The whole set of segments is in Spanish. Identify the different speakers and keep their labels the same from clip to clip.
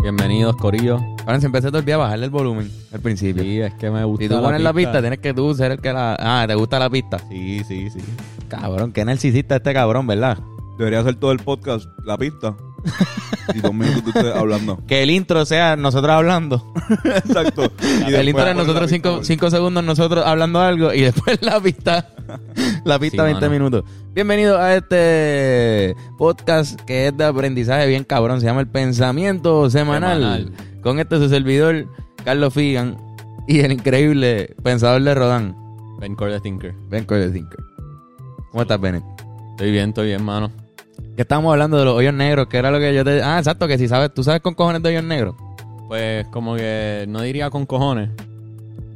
Speaker 1: Bienvenidos, Corillo.
Speaker 2: Ahora se empezó a te olvidar bajarle el volumen al principio.
Speaker 1: Sí, es que me gusta.
Speaker 2: Si tú pones la pista, tienes que tú ser el que la. Ah, te gusta la pista.
Speaker 1: Sí, sí, sí.
Speaker 2: Cabrón, qué narcisista este cabrón, ¿verdad?
Speaker 3: Debería hacer todo el podcast, la pista. Y dos minutos de ustedes hablando.
Speaker 2: Que el intro sea nosotros hablando.
Speaker 3: Exacto. Y
Speaker 2: el intro
Speaker 3: después
Speaker 2: de nosotros,
Speaker 3: poner la
Speaker 2: cinco,
Speaker 3: pista,
Speaker 2: cinco segundos, nosotros hablando algo. Y después la pista. La pista, 20
Speaker 1: Sí, mano.
Speaker 2: minutos. Bienvenido a este podcast que es de aprendizaje bien cabrón. Se llama El Pensamiento Semanal. Con este su servidor, Carlos Figan. Y el increíble pensador de Rodán,
Speaker 1: Ben Corda Tinker.
Speaker 2: Ben Coyle Thinker. ¿Cómo estás, Bennett?
Speaker 1: Estoy bien, estoy bien, mano.
Speaker 2: Que estábamos hablando de los hoyos negros, que era lo que yo te... Ah, exacto, que si sabes, tú sabes con cojones de hoyos negros.
Speaker 1: Pues como que no diría con cojones.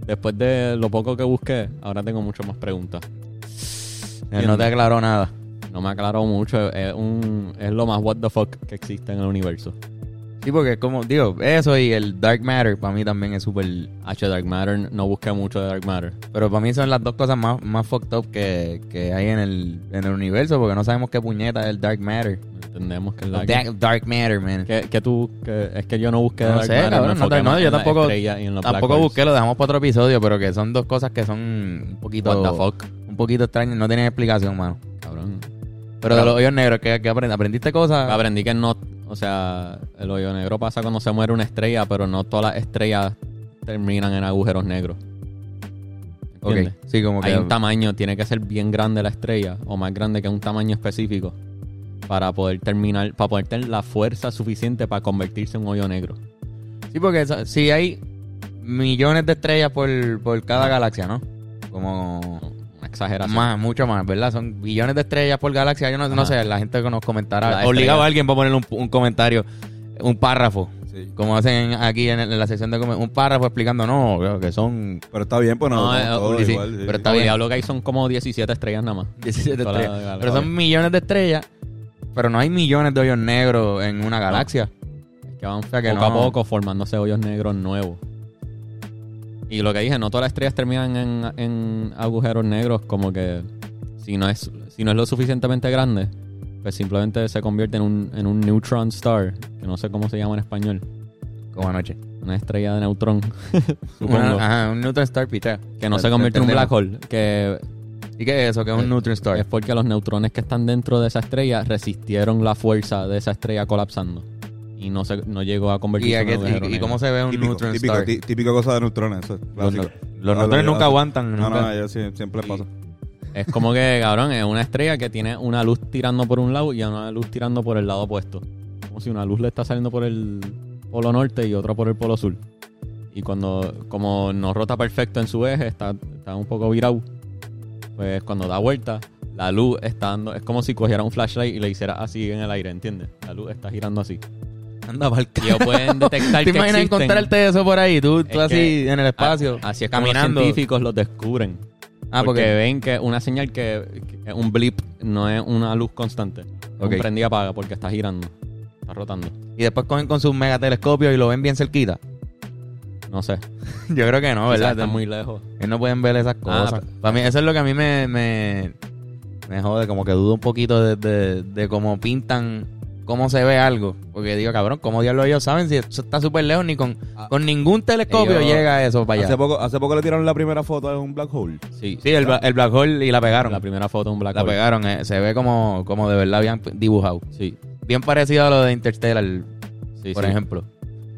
Speaker 1: Después de lo poco que busqué, ahora tengo muchas más preguntas.
Speaker 2: Eh, No te aclaró nada.
Speaker 1: No me aclaró mucho. Es, un, es lo más what the fuck que existe en el universo.
Speaker 2: Sí, porque es como, digo, eso y el Dark Matter para mí también es súper...
Speaker 1: H. Dark Matter, no busqué mucho de Dark Matter.
Speaker 2: Pero para mí son las dos cosas más, más fucked up que, que hay en el, en el universo, porque no sabemos qué puñeta es el Dark Matter.
Speaker 1: Entendemos que es la...
Speaker 2: Dark, dark Matter, man.
Speaker 1: Que, que tú, que- es que yo no busqué
Speaker 2: No
Speaker 1: Dark
Speaker 2: sé,
Speaker 1: Matter, me
Speaker 2: cabrón, no
Speaker 1: enfoqué
Speaker 2: te- no,
Speaker 1: más
Speaker 2: yo
Speaker 1: en las
Speaker 2: tampoco-
Speaker 1: estrellas y en los black
Speaker 2: Tampoco
Speaker 1: holes.
Speaker 2: busqué, lo dejamos para otro episodio, pero que son dos cosas que son un poquito...
Speaker 1: What the fuck,
Speaker 2: Un poquito extrañas, no tienen explicación, mano.
Speaker 1: cabrón.
Speaker 2: Pero de los hoyos negros, ¿qué, qué aprend- aprendiste? cosas?
Speaker 1: Aprendí que no, o sea, el hoyo negro pasa cuando se muere una estrella, pero no todas las estrellas terminan en agujeros negros.
Speaker 2: Ok,
Speaker 1: ¿Entiendes?
Speaker 2: sí, como que...
Speaker 1: Hay un tamaño, tiene que ser bien grande la estrella, o más grande que un tamaño específico, para poder terminar, para poder tener la fuerza suficiente para convertirse en un hoyo negro.
Speaker 2: Sí, porque eso- si hay millones de estrellas por, por cada galaxia, ¿no? Como
Speaker 1: Una exageración.
Speaker 2: más, mucho más, ¿verdad? Son billones de estrellas por galaxia. Yo no, no
Speaker 1: Ajá.
Speaker 2: sé, la gente que nos comentará.
Speaker 1: Las
Speaker 2: obligado
Speaker 1: estrellas.
Speaker 2: a alguien para poner un, un comentario, un párrafo.
Speaker 3: sí.
Speaker 2: Como hacen aquí en, el- en la sección de comen- un párrafo explicando, no, creo que son
Speaker 3: Pero está bien, pues no,
Speaker 1: No,
Speaker 3: no,
Speaker 1: eh,
Speaker 3: todo
Speaker 1: sí, sí,
Speaker 3: igual. sí,
Speaker 2: pero
Speaker 3: sí.
Speaker 2: está bien.
Speaker 1: Lo que hay son como 17 estrellas nada más.
Speaker 2: 17
Speaker 1: Toda la
Speaker 2: estrellas.
Speaker 1: galaxia.
Speaker 2: Pero son millones de estrellas, pero no hay millones de hoyos negros en una galaxia.
Speaker 1: que van
Speaker 2: sea, que
Speaker 1: poco a
Speaker 2: no-
Speaker 1: poco formándose hoyos negros nuevos. Y lo que dije, no todas las estrellas terminan en, en agujeros negros, como que si no es, si no es lo suficientemente grande, pues simplemente se convierte en un, en un neutron star, que no sé cómo se llama en español,
Speaker 2: Como anoche.
Speaker 1: una estrella de neutrón, supongo,
Speaker 2: Una- ajá, un neutron star, Peter.
Speaker 1: que no se convierte en un
Speaker 2: Entendemos.
Speaker 1: black hole, que
Speaker 2: ¿Y qué es eso? Que es un neutron star.
Speaker 1: es porque los neutrones que están dentro de esa estrella resistieron la fuerza de esa estrella colapsando y no se, no llegó a
Speaker 2: ¿Y,
Speaker 1: convertirse
Speaker 2: a
Speaker 1: en
Speaker 2: qué-
Speaker 1: un agujero
Speaker 2: y- y
Speaker 1: negro.
Speaker 2: cómo se ve un
Speaker 3: Típico,
Speaker 2: neutron
Speaker 3: típico,
Speaker 2: star?
Speaker 3: tí- típico cosa de neutrones, eso es
Speaker 2: Los,
Speaker 3: clásico.
Speaker 2: los neutrones nunca aguantan.
Speaker 3: No,
Speaker 2: nunca-
Speaker 3: no, yo sí, siempre pasa.
Speaker 1: Es como que, cabrón, es una estrella que tiene una luz tirando por un lado y una luz tirando por el lado opuesto. Como si una luz le está saliendo por el polo norte y otra por el polo sur. Y cuando, como no rota perfecto en su eje, está, está un poco virado. Pues cuando da vuelta, la luz está dando. Es como si cogiera un flashlight y le hiciera así en el aire, ¿entiendes? La luz está girando así.
Speaker 2: Anda pa'l
Speaker 1: Y ellos pueden detectar
Speaker 2: ¿Te
Speaker 1: que
Speaker 2: imaginas
Speaker 1: existen.
Speaker 2: encontrarte eso por ahí? Tú, tú
Speaker 1: Es
Speaker 2: así
Speaker 1: que-
Speaker 2: en el espacio,
Speaker 1: Así es como los
Speaker 2: caminando.
Speaker 1: científicos los descubren.
Speaker 2: ah,
Speaker 1: porque,
Speaker 2: porque,
Speaker 1: ven que una señal que, que es un blip no es una luz constante. Es
Speaker 2: Ok. Ah,
Speaker 1: Un prendida apaga porque está girando, está rotando.
Speaker 2: Y después cogen con sus megatelescopios y lo ven bien cerquita.
Speaker 1: No sé.
Speaker 2: Yo creo que no,
Speaker 1: Quizás
Speaker 2: ¿verdad?
Speaker 1: Está muy lejos.
Speaker 2: Ellos no pueden ver esas
Speaker 1: Ah,
Speaker 2: cosas. Para mí, eso es lo que a mí me, me, me jode, como que dudo un poquito de, de- de cómo pintan, cómo se ve algo. Porque digo, cabrón, ¿cómo diablos ellos saben si eso está súper lejos? Ni con,
Speaker 3: Ah.
Speaker 2: con ningún telescopio
Speaker 1: Ellos-
Speaker 2: llega eso para
Speaker 3: Hace
Speaker 2: allá.
Speaker 3: poco, hace poco le tiraron la primera foto de un black hole.
Speaker 1: Sí.
Speaker 2: Sí, el, bla- el black hole y la pegaron.
Speaker 1: La primera foto es un black
Speaker 2: La
Speaker 1: hole.
Speaker 2: pegaron, eh. se ve como, como de verdad habían dibujado.
Speaker 1: Sí.
Speaker 2: Bien parecido a lo de Interstellar,
Speaker 1: sí,
Speaker 2: por
Speaker 1: sí.
Speaker 2: ejemplo.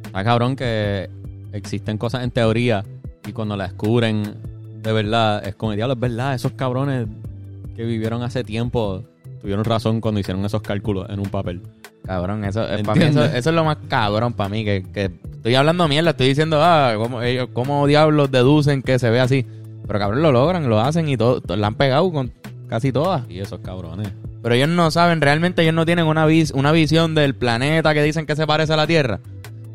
Speaker 1: Está cabrón que existen cosas en teoría y cuando las descubren de verdad es como el diablo, es verdad. Esos cabrones que vivieron hace tiempo tuvieron razón cuando hicieron esos cálculos en un papel.
Speaker 2: Cabrón, eso, eh, para mí
Speaker 1: ¿Entiendes?
Speaker 2: eso, eso es lo más cabrón para mí. Que, que estoy hablando mierda, estoy diciendo, ah, ¿cómo, ellos, cómo diablos deducen que se ve así? Pero cabrón, lo logran, lo hacen y todo, to- la han pegado con casi todas.
Speaker 1: Y esos cabrones.
Speaker 2: Pero ellos no saben, realmente ellos no tienen una, vis, una visión del planeta que dicen que se parece a la Tierra.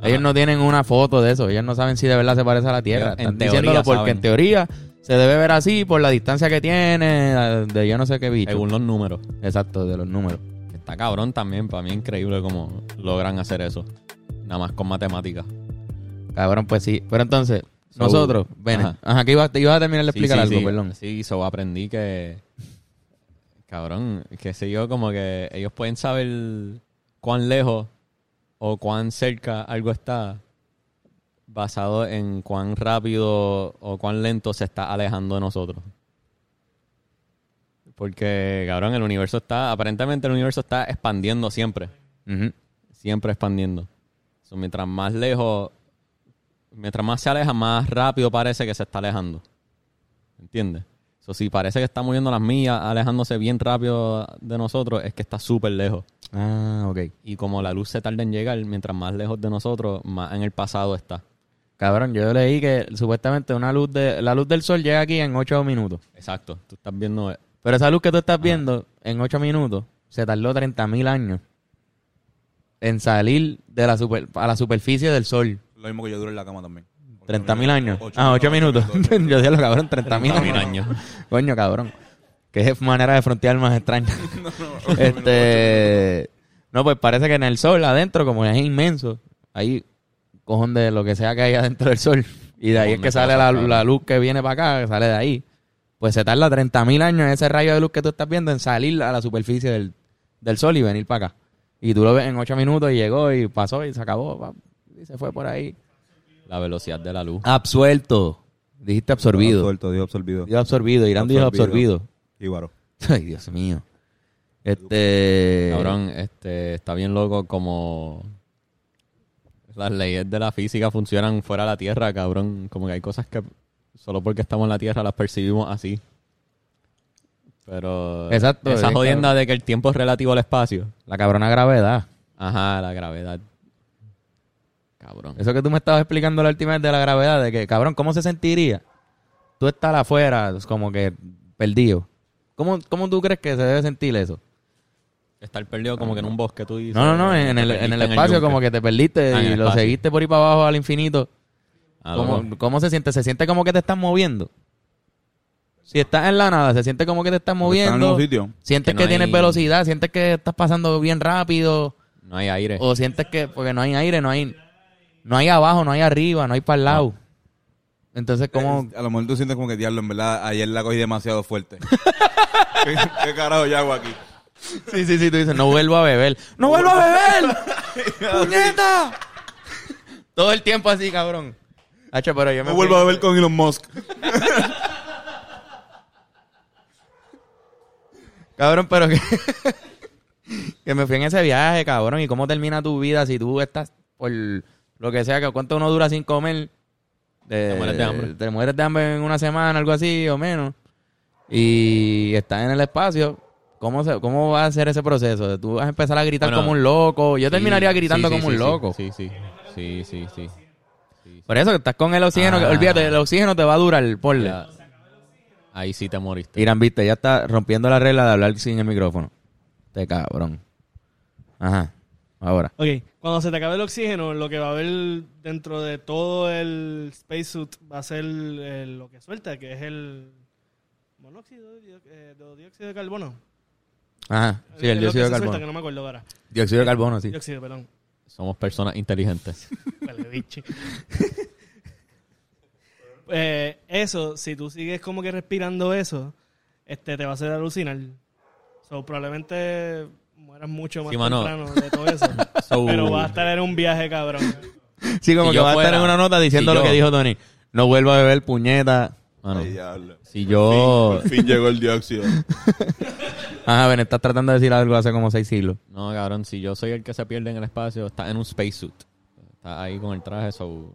Speaker 2: Ellos
Speaker 1: Ajá.
Speaker 2: no tienen una foto de eso, ellos no saben si de verdad se parece a la Tierra.
Speaker 1: Ellos en
Speaker 2: Están
Speaker 1: teoría
Speaker 2: diciéndolo porque
Speaker 1: saben.
Speaker 2: en teoría se debe ver así por la distancia que tiene, de yo no sé qué bicho.
Speaker 1: Según los números.
Speaker 2: Exacto, de los números.
Speaker 1: Está cabrón también, para mí es increíble cómo logran hacer eso. Nada más con matemáticas.
Speaker 2: Cabrón, pues sí. Pero entonces,
Speaker 1: So,
Speaker 2: nosotros, ven. Ajá,
Speaker 1: ajá.
Speaker 2: que ibas ibas a terminar de
Speaker 1: Sí,
Speaker 2: explicar
Speaker 1: sí,
Speaker 2: algo,
Speaker 1: sí.
Speaker 2: perdón.
Speaker 1: Sí, so aprendí que. Cabrón, qué sé yo, como que ellos pueden saber cuán lejos o cuán cerca algo está basado en cuán rápido o cuán lento se está alejando de nosotros. Porque, cabrón, el universo está, aparentemente el universo está expandiendo siempre,
Speaker 2: Ujú.
Speaker 1: siempre expandiendo. So, mientras más lejos, mientras más se aleja, más rápido parece que se está alejando. ¿Entiendes? So, si parece que está moviendo las millas, alejándose bien rápido de nosotros, es que está súper lejos.
Speaker 2: Ah, ok.
Speaker 1: Y como la luz se tarda en llegar, mientras más lejos de nosotros, más en el pasado está.
Speaker 2: Cabrón, yo leí que supuestamente una luz de la luz del sol llega aquí en 8 minutos.
Speaker 1: Exacto. Tú estás viendo. eh,
Speaker 2: Pero esa luz que tú estás viendo en 8 minutos se tardó 30.000 años en salir de la super- a la superficie del sol.
Speaker 3: Lo mismo que yo duro en la cama también.
Speaker 2: 30.000 años. ah, 8 minutos. Yo decía lo cabrón, 30.000
Speaker 1: mil
Speaker 2: años.
Speaker 1: años.
Speaker 2: Coño, cabrón. Qué manera de frontear más extraña.
Speaker 3: No, no,
Speaker 2: este no pues parece que en el sol adentro como es inmenso ahí cojón de lo que sea que hay adentro del sol y de ahí
Speaker 1: Cojón
Speaker 2: es
Speaker 1: de
Speaker 2: que sale la,
Speaker 1: cosas, cabrón.
Speaker 2: la luz que viene para acá que sale de ahí pues se tarda 30.000 años ese rayo de luz que tú estás viendo en salir a la superficie del, del sol y venir para acá y tú lo ves en 8 minutos y llegó y pasó y se acabó pa, y se fue por ahí
Speaker 1: La velocidad de la luz.
Speaker 2: absuelto dijiste absorbido
Speaker 3: Absorbido, Dios absorbido.
Speaker 2: Dios absorbido Irán dijo
Speaker 3: Absorbido.
Speaker 2: absorbido
Speaker 3: Jíbaro.
Speaker 2: ay Dios mío este
Speaker 1: Cabrón, este, está bien loco como las leyes de la física funcionan fuera de la Tierra, cabrón. Como que hay cosas que solo porque estamos en la Tierra las percibimos así. Pero
Speaker 2: Exacto,
Speaker 1: esa
Speaker 2: bien,
Speaker 1: jodienda
Speaker 2: cabrón.
Speaker 1: de que el tiempo es relativo al espacio.
Speaker 2: la cabrona gravedad
Speaker 1: Ajá, la gravedad. Cabrón.
Speaker 2: Eso que tú me estabas explicando la última vez de la gravedad, de que, cabrón, ¿cómo se sentiría tú estar afuera es como que perdido? ¿Cómo, cómo tú crees que se debe sentir eso?
Speaker 1: Estar perdido como que en un bosque tú dices.
Speaker 2: No, no, no, en el,
Speaker 1: te
Speaker 2: en el
Speaker 1: perdiste
Speaker 2: espacio como
Speaker 1: yunque.
Speaker 2: que te perdiste
Speaker 1: Ah, en
Speaker 2: y
Speaker 1: el
Speaker 2: lo
Speaker 1: espacio.
Speaker 2: seguiste por ahí para abajo al infinito.
Speaker 1: Ah, loco.
Speaker 2: ¿Cómo, cómo se siente? ¿Se siente como que te estás moviendo? Si estás en la nada, se siente como que te estás
Speaker 3: Están en
Speaker 2: moviendo.
Speaker 3: un sitio.
Speaker 2: Sientes
Speaker 1: Que
Speaker 2: que,
Speaker 1: no hay-
Speaker 2: tienes velocidad, sientes que estás pasando bien rápido.
Speaker 1: No hay aire.
Speaker 2: O sientes que, porque no hay aire, no hay, no hay abajo, no hay arriba, no hay para el lado. Entonces, ¿cómo?
Speaker 3: A lo mejor tú sientes como que diablo, en verdad, ayer la cogí demasiado fuerte. ¿Qué, qué carajo yo hago aquí?
Speaker 2: Sí, sí, sí, tú dices, no vuelvo a beber. ¡No vuelvo a beber! ¡Puñeta! Todo el tiempo así, cabrón. Hacho, pero yo me
Speaker 3: Me vuelvo
Speaker 2: fui-
Speaker 3: a ver con Elon Musk.
Speaker 2: Cabrón, pero que... que me fui en ese viaje, cabrón. ¿Y cómo termina tu vida si tú estás por lo que sea? que ¿Cuánto uno dura sin comer? Eh,
Speaker 1: Te mueres de hambre.
Speaker 2: Te mueres de hambre en una semana, algo así, o menos. Y estás en el espacio. ¿Cómo, se- ¿Cómo va a ser ese proceso? Tú vas a empezar a gritar
Speaker 1: Bueno,
Speaker 2: como un loco. Yo
Speaker 1: Sí,
Speaker 2: terminaría gritando
Speaker 1: sí, sí,
Speaker 2: como
Speaker 1: sí,
Speaker 2: un
Speaker 1: sí.
Speaker 2: loco.
Speaker 1: Sí, sí, sí, sí, sí.
Speaker 2: Por eso que estás con el oxígeno. que-
Speaker 1: Ah.
Speaker 2: olvídate, el oxígeno te va a durar, ponle.
Speaker 1: Ya. Ahí sí te moriste.
Speaker 2: Irán, viste, ya está rompiendo la regla de hablar sin el micrófono. Te cabrón. Ajá. Ahora.
Speaker 4: Ok, cuando se te acabe el oxígeno, lo que va a haber dentro de todo el spacesuit va a ser eh, lo que suelta, que es el monóxido de dio- eh, de dióxido de carbono.
Speaker 2: Ajá. Sí, el
Speaker 4: Es lo que
Speaker 2: dióxido de
Speaker 4: se Suelta, que
Speaker 2: carbono.
Speaker 4: no me acuerdo ahora.
Speaker 2: Dióxido de carbono, sí.
Speaker 4: Dióxido, perdón.
Speaker 1: Somos personas inteligentes.
Speaker 4: Vale, bicho. Eh, eso, si tú sigues como que respirando eso, este te va a hacer alucinar. So, probablemente mueras mucho más
Speaker 1: Sí, mano.
Speaker 4: temprano de todo eso.
Speaker 1: So-
Speaker 4: Pero vas a estar en un viaje, cabrón.
Speaker 2: Sí, como
Speaker 1: Si
Speaker 2: que
Speaker 1: yo
Speaker 2: va a estar
Speaker 1: fuera-
Speaker 2: en una nota diciendo
Speaker 1: si
Speaker 2: lo
Speaker 1: yo-
Speaker 2: que dijo Tony. No vuelva a beber puñeta.
Speaker 1: Mano,
Speaker 3: Ay, diablo.
Speaker 1: si yo...
Speaker 3: Ah. Por fin llegó el dióxido.
Speaker 2: Ajá, ven, estás tratando de decir algo hace como seis siglos.
Speaker 1: No, cabrón, si yo soy el que se pierde en el espacio, está en un spacesuit. Está ahí con el traje, so...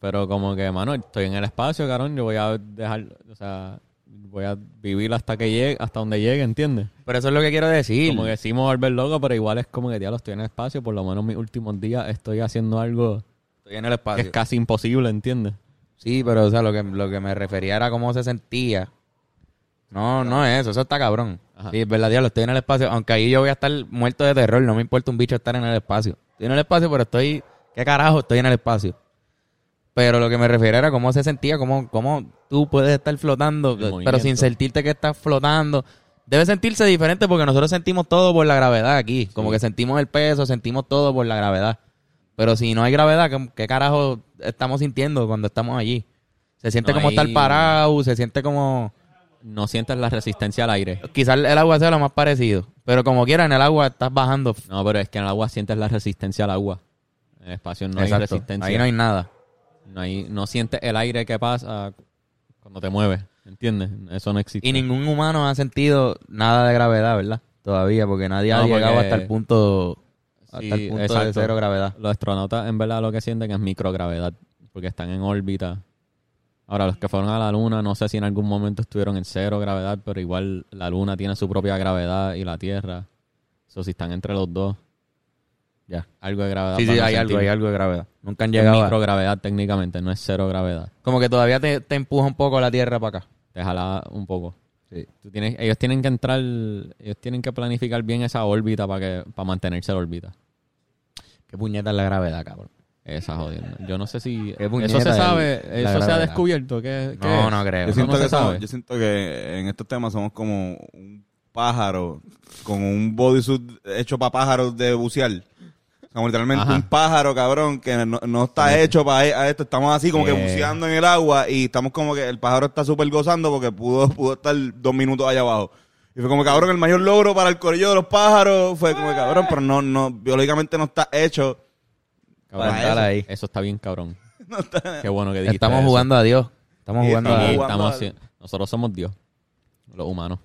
Speaker 1: Pero como que, mano, estoy en el espacio, cabrón, yo voy a dejar... O sea, voy a vivir hasta que llegue, hasta donde llegue, ¿entiendes?
Speaker 2: Pero eso es lo que quiero decir.
Speaker 1: Como que sí me voy a volver loco, pero igual es como que, ya lo estoy en el espacio, por lo menos mis últimos días estoy haciendo algo
Speaker 2: Estoy en el
Speaker 1: que es
Speaker 2: espacio.
Speaker 1: casi imposible, ¿entiendes?
Speaker 2: Sí, pero o sea, lo que, lo que me refería era cómo se sentía. No, no es eso, eso está cabrón.
Speaker 1: Ajá.
Speaker 2: Sí, es verdad, diablo, estoy en el espacio, aunque ahí yo voy a estar muerto de terror, no me importa un bicho estar en el espacio. Estoy en el espacio, pero estoy, ¿qué carajo? Estoy en el espacio. Pero lo que me refería era cómo se sentía, cómo, cómo tú puedes estar flotando, pero
Speaker 1: movimiento.
Speaker 2: sin sentirte que estás flotando. Debe sentirse diferente porque nosotros sentimos todo por la gravedad aquí. Como que sentimos el peso, sentimos todo por la gravedad. Pero si no hay gravedad, ¿qué, qué carajo estamos sintiendo cuando estamos allí? Se siente
Speaker 1: No
Speaker 2: como
Speaker 1: hay-
Speaker 2: estar parado, se siente como...
Speaker 1: No sientes la resistencia al aire.
Speaker 2: Quizás el agua sea lo más parecido. Pero como quiera, en el agua estás bajando.
Speaker 1: No, pero es que en el agua sientes la resistencia al agua. En el espacio no hay
Speaker 2: Exacto.
Speaker 1: resistencia.
Speaker 2: Ahí no hay nada.
Speaker 1: No, hay- no sientes el aire que pasa cuando te mueves, ¿entiendes? Eso no existe.
Speaker 2: Y ningún humano ha sentido nada de gravedad, ¿verdad? Todavía, porque nadie ha
Speaker 1: No,
Speaker 2: llegado
Speaker 1: porque-
Speaker 2: hasta el punto, hasta
Speaker 1: Sí,
Speaker 2: el punto de
Speaker 1: exacto.
Speaker 2: cero gravedad.
Speaker 1: Los astronautas en verdad lo que sienten es microgravedad, porque están en órbita. Ahora, los que fueron a la Luna, no sé si en algún momento estuvieron en cero gravedad, pero igual la Luna tiene su propia gravedad y la Tierra. Eso si están entre los dos,
Speaker 2: Ya.
Speaker 1: algo de gravedad.
Speaker 2: Sí, sí,
Speaker 1: van a
Speaker 2: hay algo,
Speaker 1: sentir.
Speaker 2: hay algo de gravedad. Nunca han
Speaker 1: Es
Speaker 2: llegado. a-
Speaker 1: microgravedad técnicamente, no es cero gravedad.
Speaker 2: Como que todavía te, te empuja un poco la Tierra para acá.
Speaker 1: Te jala un poco.
Speaker 2: Sí.
Speaker 1: Tú tienes, ellos tienen que entrar, ellos tienen que planificar bien esa órbita para que, para mantenerse la órbita.
Speaker 2: Qué puñeta es la gravedad, cabrón.
Speaker 1: Esa jodiendo. Yo no sé si
Speaker 2: Qué puñeta
Speaker 1: eso se
Speaker 2: el-
Speaker 1: sabe,
Speaker 2: la
Speaker 1: eso se ha
Speaker 2: gravedad.
Speaker 1: descubierto. ¿Qué, qué
Speaker 2: No,
Speaker 1: es?
Speaker 2: no creo.
Speaker 1: Eso
Speaker 3: Yo siento,
Speaker 1: no se
Speaker 3: que somos-
Speaker 1: sabe.
Speaker 3: yo siento que en estos temas somos como un pájaro con un bodysuit hecho para pájaros de bucear. Como literalmente
Speaker 1: Ajá.
Speaker 3: un pájaro, cabrón, que no, no está hecho para esto. Estamos así como
Speaker 1: Yeah.
Speaker 3: que buceando en el agua y estamos como que el pájaro está súper gozando porque pudo, pudo estar dos minutos allá abajo. Y fue como, cabrón, el mayor logro para el corillo de los pájaros fue como, cabrón, pero no, no, biológicamente no está hecho.
Speaker 1: Cabrón,
Speaker 3: Para
Speaker 1: eso.
Speaker 2: eso.
Speaker 1: Eso está bien, cabrón. Qué bueno que dijiste.
Speaker 2: Estamos
Speaker 1: eso.
Speaker 2: jugando a Dios. Estamos
Speaker 3: Sí,
Speaker 2: jugando
Speaker 1: Sí,
Speaker 2: a
Speaker 3: jugando.
Speaker 1: estamos haciendo- nosotros somos Dios, los humanos,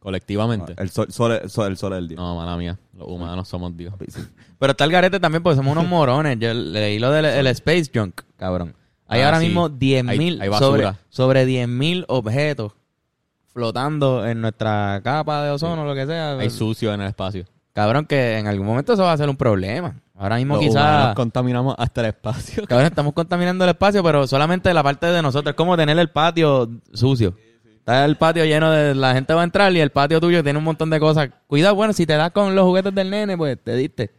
Speaker 1: colectivamente.
Speaker 3: El sol, sol- el sol, el sol es el día.
Speaker 1: No, mala mía, los humanos somos Dios.
Speaker 2: Pero está el garete también porque somos unos morones. Yo leí lo del el Space Junk, cabrón. Hay
Speaker 1: Ah,
Speaker 2: ahora
Speaker 1: sí.
Speaker 2: mismo
Speaker 1: Hay- hay
Speaker 2: 10.000 sobre,
Speaker 1: basura.
Speaker 2: sobre 10.000 objetos flotando en nuestra capa de ozono, lo que sea.
Speaker 1: Hay sucio en el espacio.
Speaker 2: Cabrón, que en algún momento eso va a ser un problema. Ahora mismo
Speaker 1: Los
Speaker 2: quizás...
Speaker 1: humanos contaminamos hasta el espacio.
Speaker 2: Cabrón, estamos contaminando el espacio, pero solamente la parte de nosotros. Es como tener el patio sucio. Está el patio lleno de... La gente va a entrar y el patio tuyo tiene un montón de cosas. Cuidado, bueno, si te das con los juguetes del nene, pues te diste.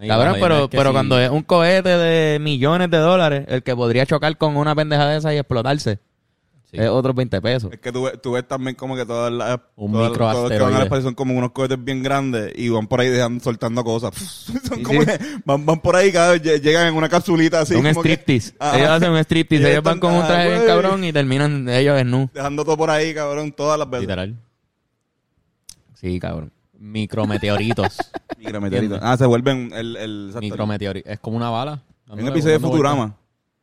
Speaker 1: Ay,
Speaker 2: Cabrón,
Speaker 1: vale, no
Speaker 2: pero,
Speaker 1: es que
Speaker 2: pero
Speaker 1: sí.
Speaker 2: cuando es un cohete de millones de dólares, el que podría chocar con una pendeja de esa y explotarse,
Speaker 1: Sí.
Speaker 2: es otros 20 pesos.
Speaker 3: Es que tú, ve- tú ves también como que todas las.
Speaker 1: Un
Speaker 3: todas- todos los
Speaker 1: microasteroide.
Speaker 3: que van al espacio son como unos cohetes bien grandes y van por ahí dejando, soltando cosas. son
Speaker 2: Sí,
Speaker 3: como
Speaker 2: sí.
Speaker 3: que van, van por ahí, cada vez lle- llegan en una capsulita así.
Speaker 2: un
Speaker 3: como que-
Speaker 2: striptease.
Speaker 3: Ajá.
Speaker 2: Ellos hacen un striptease.
Speaker 3: Ellos
Speaker 2: Ellos van
Speaker 3: están-
Speaker 2: con un traje
Speaker 3: ah,
Speaker 2: bien
Speaker 3: güey.
Speaker 2: cabrón y terminan ellos en nu.
Speaker 3: Dejando todo por ahí, cabrón, todas las veces.
Speaker 1: Literal.
Speaker 2: Sí, cabrón.
Speaker 1: Micrometeoritos.
Speaker 3: Micrometeorito. Ah, se vuelven el. el exacto.
Speaker 1: Micrometeoritos. Es como una bala.
Speaker 3: Hay un episodio de
Speaker 1: Dando vueltas.
Speaker 3: Futurama.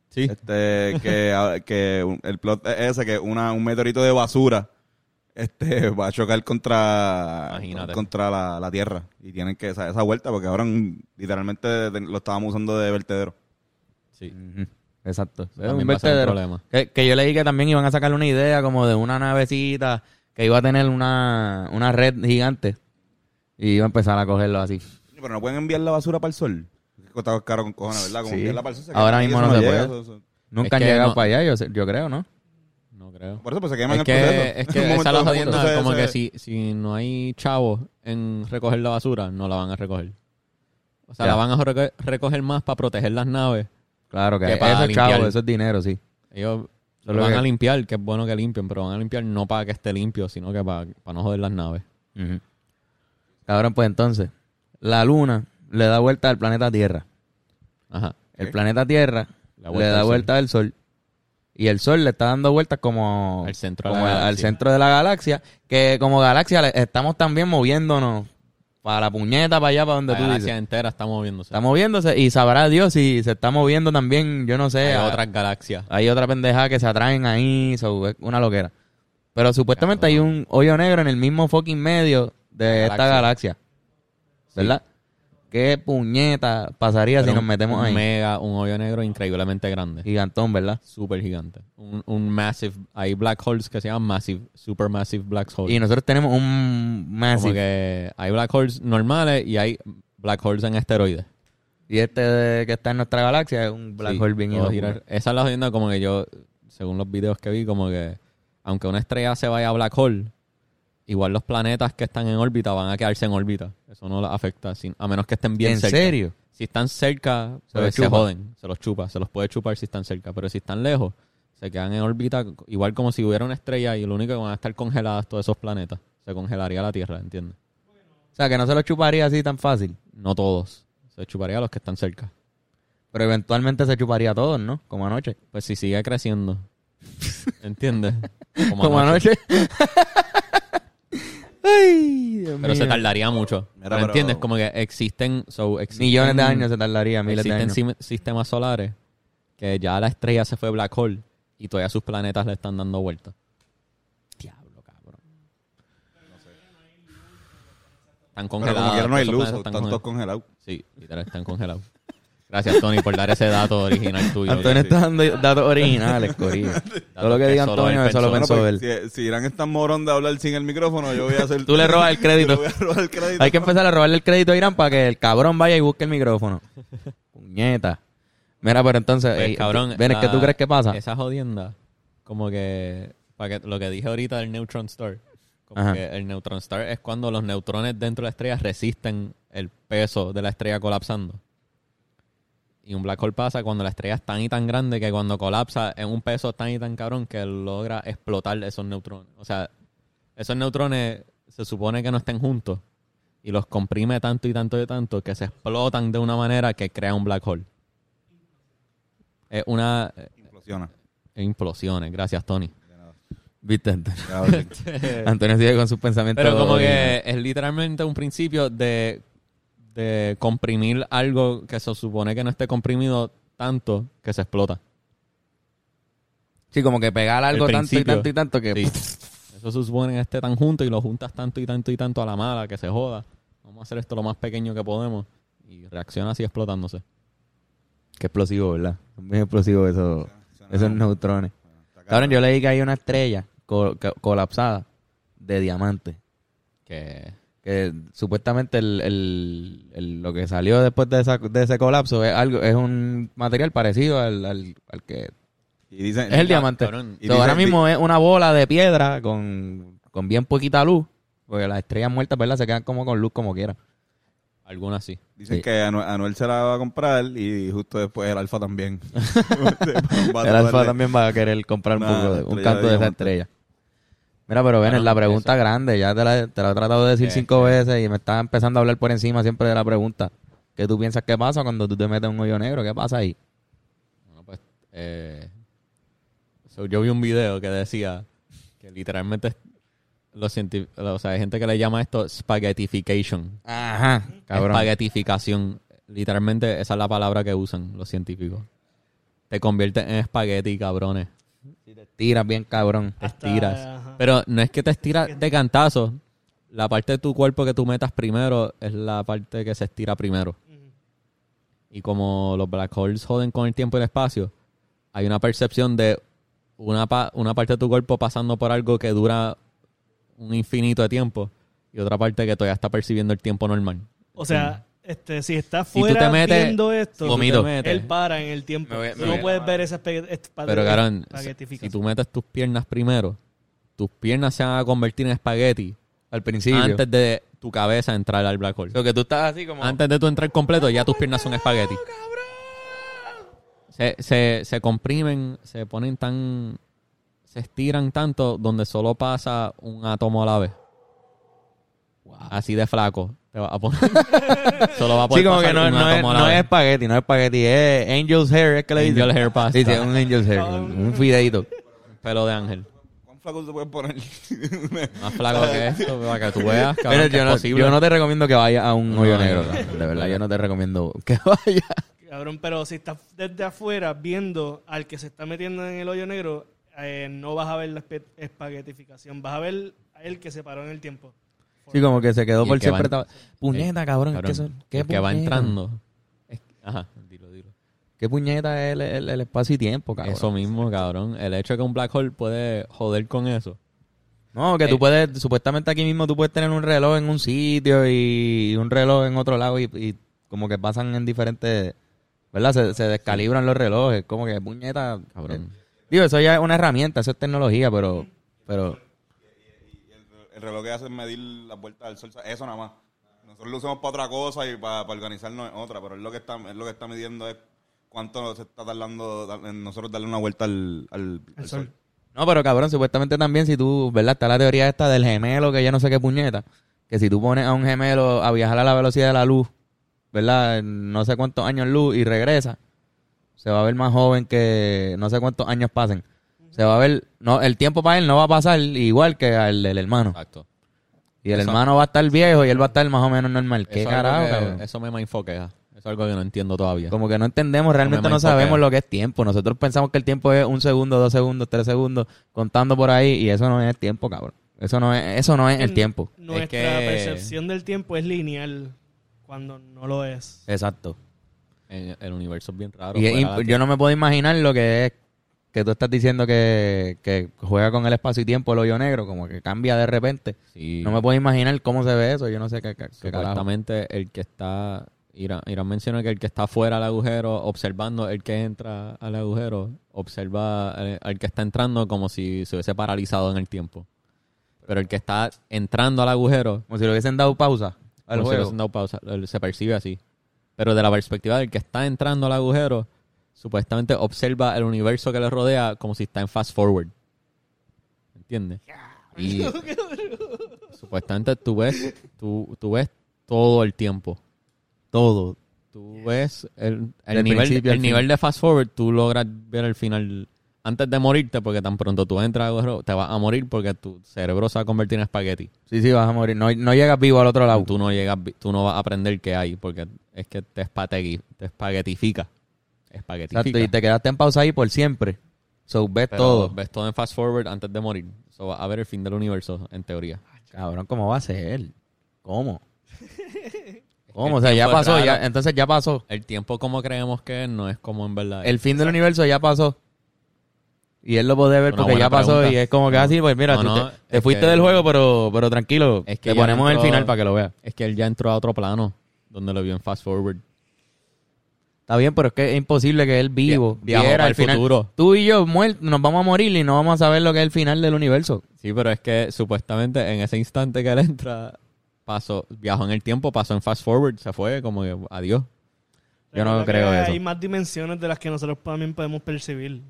Speaker 1: Sí.
Speaker 3: Este, que, a- que un- el plot es ese, que una, un meteorito de basura este, va a chocar contra,
Speaker 1: Imagínate.
Speaker 3: contra la, la Tierra. Y tienen que esa, esa vuelta, porque ahora mm, literalmente te- lo estábamos usando de vertedero.
Speaker 1: Sí.
Speaker 2: Ujú. Exacto. Es
Speaker 1: También
Speaker 2: un
Speaker 1: va a ser un
Speaker 2: vertedero.
Speaker 1: problema.
Speaker 2: Que, que yo leí que también iban a sacar una idea como de una navecita que iba a tener una, una red gigante y iba a empezar a cogerlo así.
Speaker 3: Pero no pueden enviar la basura para el sol. Es que Está caro con cojones, ¿verdad? Como
Speaker 2: Sí.
Speaker 3: enviarla para el sol. se
Speaker 2: Ahora
Speaker 3: quema y
Speaker 2: mismo
Speaker 3: eso
Speaker 2: no se
Speaker 3: llega,
Speaker 2: puede.
Speaker 3: eso- eso-
Speaker 2: Nunca
Speaker 1: Es
Speaker 2: han
Speaker 1: que
Speaker 2: llegado
Speaker 1: no-
Speaker 2: para allá, yo, sé- yo creo, ¿no?
Speaker 1: No creo.
Speaker 3: Por eso pues se queman
Speaker 1: Es
Speaker 3: en el
Speaker 1: que,
Speaker 3: proceso.
Speaker 1: es
Speaker 3: En un
Speaker 1: que esa
Speaker 3: momento-
Speaker 1: es la
Speaker 3: en un
Speaker 1: jodienda,
Speaker 3: momento se-
Speaker 1: como
Speaker 3: se-
Speaker 1: que si, si no hay chavos en recoger la basura, no la van a recoger. O sea,
Speaker 2: Ya.
Speaker 1: la van a reco- recoger más para proteger las naves.
Speaker 2: Claro que,
Speaker 1: Que para
Speaker 2: eso es
Speaker 1: limpiar.
Speaker 2: chavo, eso es dinero, sí.
Speaker 1: Ellos
Speaker 2: Eso
Speaker 1: lo
Speaker 2: es
Speaker 1: van
Speaker 2: lo
Speaker 1: a
Speaker 2: que-
Speaker 1: limpiar, que es bueno que limpien, pero van a limpiar no para que esté limpio, sino que para, para no joder las naves.
Speaker 2: Ujú. Cabrón, pues entonces, la luna le da vuelta al planeta Tierra.
Speaker 1: Ajá.
Speaker 2: El
Speaker 3: Ok.
Speaker 2: planeta Tierra
Speaker 1: La
Speaker 2: le
Speaker 1: vuelta
Speaker 2: da
Speaker 1: al
Speaker 2: vuelta al sol. Y el sol le está dando vueltas como,
Speaker 1: Al centro de
Speaker 2: como
Speaker 1: la
Speaker 2: al- al
Speaker 1: galaxia.
Speaker 2: centro de la galaxia. Que como galaxia le- estamos también moviéndonos para la puñeta, para allá, para donde
Speaker 1: La
Speaker 2: tú
Speaker 1: galaxia
Speaker 2: dices.
Speaker 1: entera está moviéndose.
Speaker 2: Está moviéndose y sabrá Dios si se está moviendo también, yo no sé.
Speaker 1: Hay
Speaker 2: a-
Speaker 1: otras galaxias.
Speaker 2: hay otra pendejada que se atraen ahí, so, es una loquera. Pero supuestamente hay un hoyo negro en el mismo fucking medio de
Speaker 1: La
Speaker 2: esta galaxia. ¿Verdad? ¿Qué puñeta pasaría
Speaker 1: Pero
Speaker 2: si nos
Speaker 1: un-
Speaker 2: metemos
Speaker 1: un
Speaker 2: ahí?
Speaker 1: mega, un hoyo negro increíblemente grande.
Speaker 2: Gigantón, ¿verdad?
Speaker 1: Súper gigante. Un, un massive. Hay black holes que se llaman massive, super massive black holes.
Speaker 2: Y nosotros tenemos un
Speaker 1: Como
Speaker 2: massive.
Speaker 1: que hay black holes normales y hay black holes en esteroides.
Speaker 2: Y este de- que está en nuestra galaxia es un black
Speaker 1: Sí,
Speaker 2: hole bien
Speaker 1: todo
Speaker 2: hijo de
Speaker 1: girar.
Speaker 2: puta.
Speaker 1: Esa es la jodienda como que yo, según los videos que vi, como que aunque una estrella se vaya a black hole, igual los planetas que están en órbita van a quedarse en órbita. Eso no las afecta, sin- a menos que estén bien
Speaker 2: ¿En
Speaker 1: cerca.
Speaker 2: serio?
Speaker 1: Si están cerca,
Speaker 2: Se
Speaker 1: pues, se,
Speaker 2: los chupa.
Speaker 1: joden, se los chupa, se los puede chupar si están cerca, pero si están lejos, se quedan en órbita igual como si hubiera una estrella y lo único que van a estar congeladas todos esos planetas. Se congelaría la Tierra, ¿entiendes?
Speaker 2: O sea, que no se lo chuparía así tan fácil.
Speaker 1: No todos. Se chuparía a los que están cerca.
Speaker 2: Pero eventualmente se chuparía a todos, ¿no? Como anoche.
Speaker 1: Pues si sigue creciendo. ¿Entiendes?
Speaker 2: Como anoche. Ay, Dios
Speaker 1: Pero se
Speaker 2: mío.
Speaker 1: tardaría mucho.
Speaker 3: Mira,
Speaker 1: ¿Me
Speaker 3: pero-
Speaker 1: entiendes? Como que existen, so, existen
Speaker 2: Millones de años se tardaría, miles de
Speaker 1: existen
Speaker 2: años.
Speaker 1: sim- sistemas solares que ya la estrella se fue black hole y todavía sus planetas le están dando vueltas. Diablo, cabrón. Están
Speaker 3: Pero
Speaker 1: congelados.
Speaker 3: como quiera no hay
Speaker 1: esos
Speaker 3: luz,
Speaker 1: planetas
Speaker 3: están todos congelados.
Speaker 1: Sí, literal, están congelados. Gracias, Tony, por dar ese dato original tuyo.
Speaker 2: Antonio está dando datos originales, Corillo. Todo lo que
Speaker 1: que
Speaker 2: diga
Speaker 1: solo
Speaker 2: Antonio,
Speaker 1: él
Speaker 2: eso lo
Speaker 1: pensó.
Speaker 2: pensó
Speaker 3: Bueno,
Speaker 2: él.
Speaker 3: pues, si, si Irán es tan morón de hablar sin el micrófono, yo voy a hacer...
Speaker 2: Tú le robas el
Speaker 3: yo le
Speaker 2: crédito.
Speaker 3: voy a robar el crédito.
Speaker 2: Hay que empezar a robarle el crédito a Irán para que el cabrón vaya y busque el micrófono. Puñeta. Mira, pero entonces,
Speaker 1: Pues,
Speaker 2: ey,
Speaker 1: cabrón,
Speaker 2: ven, ¿qué
Speaker 1: la-
Speaker 2: tú crees que pasa?
Speaker 1: Esa jodienda, como que, para que lo que dije ahorita del neutron star, como
Speaker 2: Ajá.
Speaker 1: que el neutron star es cuando los neutrones dentro de la estrella resisten el peso de la estrella colapsando. Y un black hole pasa cuando la estrella es tan y tan grande que cuando colapsa es un peso tan y tan cabrón que logra explotar esos neutrones. O sea, esos neutrones se supone que no estén juntos y los comprime tanto y tanto y tanto que se explotan de una manera que crea un black hole. Es una eh,
Speaker 3: Implosiona.
Speaker 1: implosiones, gracias Tony.
Speaker 2: Viste, Antonio.
Speaker 3: Ya, ok.
Speaker 2: Antonio sigue con sus pensamientos.
Speaker 1: Pero como
Speaker 2: originales.
Speaker 1: que es literalmente un principio de, de comprimir algo que se supone que no esté comprimido tanto que se explota.
Speaker 2: Sí, como que pegar algo
Speaker 1: El
Speaker 2: tanto y
Speaker 1: principio.
Speaker 2: tanto y tanto que...
Speaker 1: Sí. Eso se supone que esté tan junto y lo juntas tanto y tanto y tanto a la mala que se joda. Vamos a hacer esto lo más pequeño que podemos y reacciona así explotándose.
Speaker 2: Qué explosivo, ¿verdad? Muy explosivo eso,
Speaker 3: Suena-
Speaker 2: esos neutrones.
Speaker 3: Está
Speaker 2: Cabrón, yo leí que hay una estrella co- co- colapsada de diamante.
Speaker 1: Que
Speaker 2: Que supuestamente el, el- el- lo que salió después de, esa- de ese colapso es algo es un material parecido al, al- al que...
Speaker 3: Y dicen,
Speaker 2: Es el diamante.
Speaker 1: cabrón.
Speaker 3: Y
Speaker 2: So, ahora
Speaker 3: dicen-
Speaker 2: mismo es una bola de piedra con, con bien poquita luz. Porque las estrellas muertas, ¿verdad? Se quedan como con luz como quieran.
Speaker 1: alguna sí.
Speaker 3: Dicen
Speaker 2: Sí.
Speaker 3: que Anu- Anuel, se la va a comprar y justo después el Alfa también.
Speaker 2: El alfa también va a querer comprar un,
Speaker 3: Una
Speaker 2: poco de- un
Speaker 3: estrella
Speaker 2: canto
Speaker 3: de
Speaker 2: de esa
Speaker 3: diamante.
Speaker 2: estrella. Mira, pero ven,
Speaker 1: Bueno,
Speaker 2: la pregunta grande. Ya te la, te la he tratado de decir
Speaker 1: Sí,
Speaker 2: cinco veces y me estás empezando a hablar por encima siempre de la pregunta. ¿Qué tú piensas que pasa cuando tú te metes en un hoyo negro? ¿Qué pasa ahí?
Speaker 1: Bueno, pues, eh, so, yo vi un video que decía que literalmente los científ- o sea, hay gente que le llama esto spaghettification.
Speaker 2: Ajá, cabrón.
Speaker 1: Espaguetificación. Literalmente esa es la palabra que usan los científicos. Te conviertes en espagueti, cabrones.
Speaker 2: Tiras bien, cabrón.
Speaker 1: Te
Speaker 4: Hasta-
Speaker 1: estiras.
Speaker 4: ajá.
Speaker 1: Pero no es que te estiras de cantazo. La parte de tu cuerpo que tú metas primero es la parte que se estira primero.
Speaker 4: Ujú.
Speaker 1: Y como los black holes joden con el tiempo y el espacio, hay una percepción de una, pa- una parte de tu cuerpo pasando por algo que dura un infinito de tiempo y otra parte que todavía está percibiendo el tiempo normal.
Speaker 4: O sea, este, si estás
Speaker 1: Mm. tú te
Speaker 4: fuera
Speaker 1: metes-
Speaker 4: viendo esto,
Speaker 1: si tú te Vomito. metes-
Speaker 4: él para en el tiempo.
Speaker 2: Me voy- me
Speaker 4: Tú
Speaker 2: voy
Speaker 4: no
Speaker 2: a-
Speaker 4: puedes ver esa espe- espa-
Speaker 1: Pero, cabrón,
Speaker 4: espaguetificación.
Speaker 1: si tú metes tus piernas primero, tus piernas se van a convertir en espagueti
Speaker 2: Al principio.
Speaker 1: antes de tu cabeza entrar al black hole.
Speaker 2: Lo que tú estás así como...
Speaker 1: Antes de tu entrar completo, ya tus piernas son espagueti. Se, se, se comprimen, se ponen tan. Se estiran tanto donde solo pasa un átomo a la vez. Así de flaco. Te va a poner. solo va a poder
Speaker 2: Sí, como que
Speaker 1: pasar
Speaker 2: no,
Speaker 1: un
Speaker 2: no es,
Speaker 1: átomo a la
Speaker 2: no es
Speaker 1: vez.
Speaker 2: espagueti, no es espagueti. Es angel's hair, es que le dicen.
Speaker 1: Angel hair pasta.
Speaker 2: Sí, sí, es un angel's hair. Un fideito.
Speaker 1: Pelo de ángel.
Speaker 3: ¿Cuán flaco se puede poner?
Speaker 1: Más flaco que esto, para que tú veas. cabrón,
Speaker 2: Pero
Speaker 1: que
Speaker 2: yo,
Speaker 1: es
Speaker 2: no,
Speaker 1: posible.
Speaker 2: yo no te recomiendo que vayas a un
Speaker 1: No,
Speaker 2: hoyo
Speaker 1: no,
Speaker 2: negro.
Speaker 1: no.
Speaker 2: cabrón. De verdad, yo no te recomiendo que vayas.
Speaker 4: Cabrón, pero si estás desde afuera viendo al que se está metiendo en el hoyo negro, eh, no vas a ver la espe- espaguetificación. Vas a ver a él que se paró en el tiempo.
Speaker 2: Sí, como que se
Speaker 1: Y
Speaker 2: quedó
Speaker 1: el
Speaker 2: por
Speaker 1: que va
Speaker 2: siempre.
Speaker 1: en- eh,
Speaker 2: estaba- Puñeta, cabrón. es
Speaker 1: Cabrón,
Speaker 2: que eso-
Speaker 1: el
Speaker 2: ¿Qué
Speaker 1: que va
Speaker 2: puñeta?
Speaker 1: entrando. es- Ajá, dilo, dilo.
Speaker 2: ¿Qué puñeta es el, el- el espacio y tiempo, cabrón?
Speaker 1: Eso mismo, cabrón. El hecho de que un black hole puede joder con eso.
Speaker 2: No, que tú
Speaker 1: Eh.
Speaker 2: puedes, supuestamente aquí mismo tú puedes tener un reloj en un sitio y un reloj en otro lado y, y como que pasan en diferentes, ¿verdad? Se, se descalibran los relojes, como que puñeta.
Speaker 1: Cabrón.
Speaker 2: eh, digo, eso ya es una herramienta, eso es tecnología, pero, pero
Speaker 3: el reloj que hacen medir la vuelta del sol, eso nada más. Nosotros lo usamos para otra cosa y para, para organizarnos en otra, pero es lo que está, es lo que está midiendo es cuánto se está tardando da- en nosotros darle una vuelta al, al- al sol.
Speaker 2: No, pero cabrón, supuestamente también si tú, ¿verdad? Está la teoría esta del gemelo, que ya no sé qué puñeta, que si tú pones a un gemelo a viajar a la velocidad de la luz, ¿verdad? En No sé cuántos años luz y regresa, se va a ver más joven que no sé cuántos años pasen. Se va a ver, no, el tiempo para él no va a pasar igual que al del hermano.
Speaker 1: Exacto.
Speaker 2: Y el
Speaker 1: Exacto.
Speaker 2: hermano va a estar viejo y él va a estar más o menos normal. ¿Qué
Speaker 1: Eso es algo
Speaker 2: carajo,
Speaker 1: que-
Speaker 2: cabrón?
Speaker 1: Eso me mindfuckea. Eso es algo que no entiendo todavía.
Speaker 2: Como que no entendemos, realmente
Speaker 1: me
Speaker 2: no
Speaker 1: enfoqué.
Speaker 2: sabemos lo que es tiempo. Nosotros pensamos que el tiempo es un segundo, dos segundos, tres segundos, contando por ahí, y eso no es el tiempo, cabrón. Eso no es, eso no es el tiempo.
Speaker 4: Nuestra
Speaker 1: que-
Speaker 4: percepción del tiempo es lineal cuando no lo es.
Speaker 2: Exacto.
Speaker 1: En- el universo es bien raro.
Speaker 2: Y es
Speaker 1: fuera de la
Speaker 2: imp- yo no me puedo imaginar lo que es que tú estás diciendo que, que juega con el espacio y tiempo el hoyo negro, como que cambia de repente.
Speaker 1: Tierra. Sí.
Speaker 2: No me puedo imaginar cómo se ve eso, yo no sé qué, qué- qué carajo.
Speaker 1: Supuestamente el que está... Irán, Irán menciona que el que está fuera del agujero observando el que entra al agujero observa eh, al que está entrando como si se hubiese paralizado en el tiempo. Pero el que está entrando al agujero
Speaker 2: Como si le hubiesen dado pausa al
Speaker 1: como si
Speaker 2: juego.
Speaker 1: hubiesen dado pausa, él se percibe así. Pero de la perspectiva del que está entrando al agujero, supuestamente observa el universo que le rodea como si está en fast forward. ¿Entiendes? Y supuestamente tú ves, tú, tú ves todo el tiempo.
Speaker 2: Todo.
Speaker 1: Tú ves el, el
Speaker 2: Del
Speaker 1: nivel,
Speaker 2: principio al
Speaker 1: el
Speaker 2: fin.
Speaker 1: nivel de fast forward, tú logras ver el final antes de morirte, porque tan pronto tú entras al agujero, te vas a morir porque tu cerebro se va a convertir en espagueti.
Speaker 2: Sí, sí, vas a morir. No, no llegas vivo al otro lado.
Speaker 1: Tú no llegas, vi- tú no vas a aprender qué hay, porque es que te, espategui- te espaguetifica. Espaguetifica.
Speaker 2: Exacto, y te quedaste en pausa ahí por siempre. So, ves
Speaker 1: Pero
Speaker 2: todo.
Speaker 1: Ves todo en fast forward antes de morir. So, vas a ver el fin del universo, en teoría.
Speaker 2: Cabrón, ¿cómo va a ser? ¿Cómo? ¿Cómo?
Speaker 1: el
Speaker 2: O sea, ya
Speaker 1: tiempo es
Speaker 2: pasó, ya,
Speaker 1: raro.
Speaker 2: entonces ya pasó.
Speaker 1: El tiempo como creemos que es, no es como en verdad. es.
Speaker 2: El fin del universo ya pasó. Y él lo puede ver
Speaker 1: Una
Speaker 2: porque
Speaker 1: buena
Speaker 2: ya pasó
Speaker 1: pregunta.
Speaker 2: y es como que
Speaker 1: No.
Speaker 2: así, pues mira,
Speaker 1: No,
Speaker 2: tú
Speaker 1: no,
Speaker 2: te, te
Speaker 1: es
Speaker 2: fuiste
Speaker 1: que-
Speaker 2: del juego, pero, pero tranquilo.
Speaker 1: Es que
Speaker 2: te
Speaker 1: ya
Speaker 2: ponemos el
Speaker 1: entró-
Speaker 2: final para que lo veas.
Speaker 1: Es que él ya entró a otro plano, donde lo vio en fast forward.
Speaker 2: Está bien, pero es que es imposible que él vivo
Speaker 1: Via- viajó
Speaker 2: viera
Speaker 1: para
Speaker 2: el
Speaker 1: el
Speaker 2: final.
Speaker 1: futuro.
Speaker 2: Tú y yo muertos, nos vamos a morir y no vamos a saber lo que es el final del universo.
Speaker 1: Sí, pero es que supuestamente en ese instante que él entra, pasó, viajó en el tiempo, pasó en fast forward, se fue, como que adiós.
Speaker 2: Yo no
Speaker 4: Recuerda que
Speaker 2: creo eso.
Speaker 4: Hay más dimensiones de las que nosotros también podemos percibir.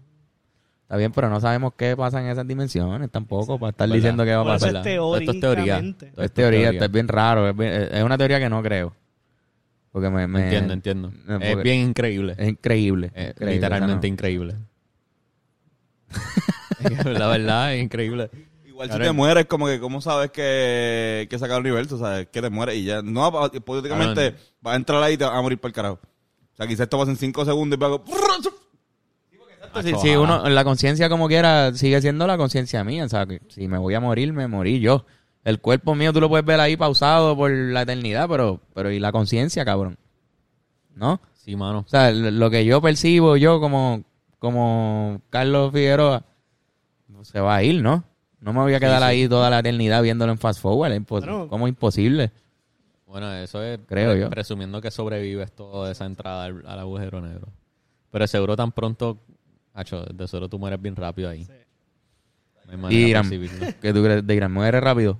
Speaker 2: Está bien, pero no sabemos qué pasa en esas dimensiones tampoco para estar
Speaker 1: ¿Verdad?
Speaker 2: diciendo qué va a
Speaker 4: Por eso
Speaker 2: pasar.
Speaker 4: es
Speaker 1: Todo esto es teoría.
Speaker 4: teóricamente.
Speaker 1: Todo
Speaker 2: Es
Speaker 1: esto es
Speaker 2: teoría, esto es bien raro. Es, bien- es una teoría que no creo. Porque me. me-
Speaker 1: Entiendo, entiendo.
Speaker 2: me-
Speaker 1: Es
Speaker 2: porque-
Speaker 1: bien increíble.
Speaker 2: Es increíble.
Speaker 1: Eh,
Speaker 2: increíble,
Speaker 1: literalmente
Speaker 2: o sea,
Speaker 1: increíble. la verdad, es increíble.
Speaker 3: Igual si
Speaker 1: Cabrón.
Speaker 3: te mueres, como que, ¿cómo sabes que, que sacar el universo? ¿Sabes? Que te mueres y ya. No, pa- hipotéticamente
Speaker 1: Cabrón.
Speaker 3: vas a entrar ahí y te vas a morir para el carajo. O sea, quizás esto pasa en 5 segundos y luego.
Speaker 2: no.
Speaker 1: Acho,
Speaker 2: Si, si
Speaker 1: ojalá.
Speaker 2: uno, la conciencia como quiera sigue siendo la conciencia mía. O sea, que si me voy a morir, me morí yo. El cuerpo mío tú lo puedes ver ahí pausado por la eternidad, pero, pero ¿y la conciencia, cabrón? ¿No?
Speaker 1: Sí, mano.
Speaker 2: O sea, l- lo que yo percibo, yo como, como Carlos Figueroa, se va a ir, ¿no? No me voy a quedar ahí toda la eternidad viéndolo en fast forward. Es impos-
Speaker 4: Claro.
Speaker 2: como imposible.
Speaker 1: Bueno, eso es
Speaker 2: Creo
Speaker 1: pre-
Speaker 2: yo.
Speaker 1: presumiendo que sobrevives toda esa entrada al, al agujero negro. Pero seguro tan pronto, acho, de seguro tú mueres bien rápido ahí. No hay manera de
Speaker 2: Irán.
Speaker 1: percibirlo.
Speaker 2: ¿Qué tú crees de Irán? Muere rápido.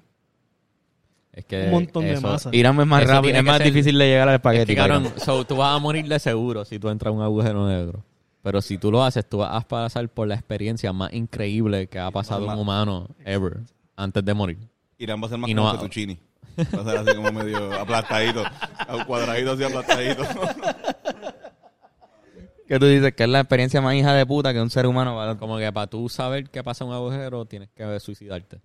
Speaker 1: Es que
Speaker 4: Un montón de
Speaker 1: eso-
Speaker 4: masa.
Speaker 2: Irán es más
Speaker 1: Eso
Speaker 2: rápido,
Speaker 1: tiene
Speaker 2: es
Speaker 1: que
Speaker 2: más
Speaker 1: ser-
Speaker 2: difícil de llegar al
Speaker 1: Es
Speaker 2: espagueti.
Speaker 1: que, cabrón,
Speaker 2: cabrón.
Speaker 1: so, tú vas a morir de seguro si tú entras a un agujero negro. Pero si tú lo haces, tú vas a pasar por la experiencia más increíble que ha pasado un humano ever antes de morir.
Speaker 3: Irán va a ser más
Speaker 1: Y
Speaker 3: como
Speaker 1: no-
Speaker 3: Fettuccini. Va a ser así como medio aplastadito. a un Cuadradito así aplastadito.
Speaker 2: Que tú dices que es la experiencia más hija de puta que un ser humano va a
Speaker 1: Como que para tú saber qué pasa en un agujero, tienes que suicidarte.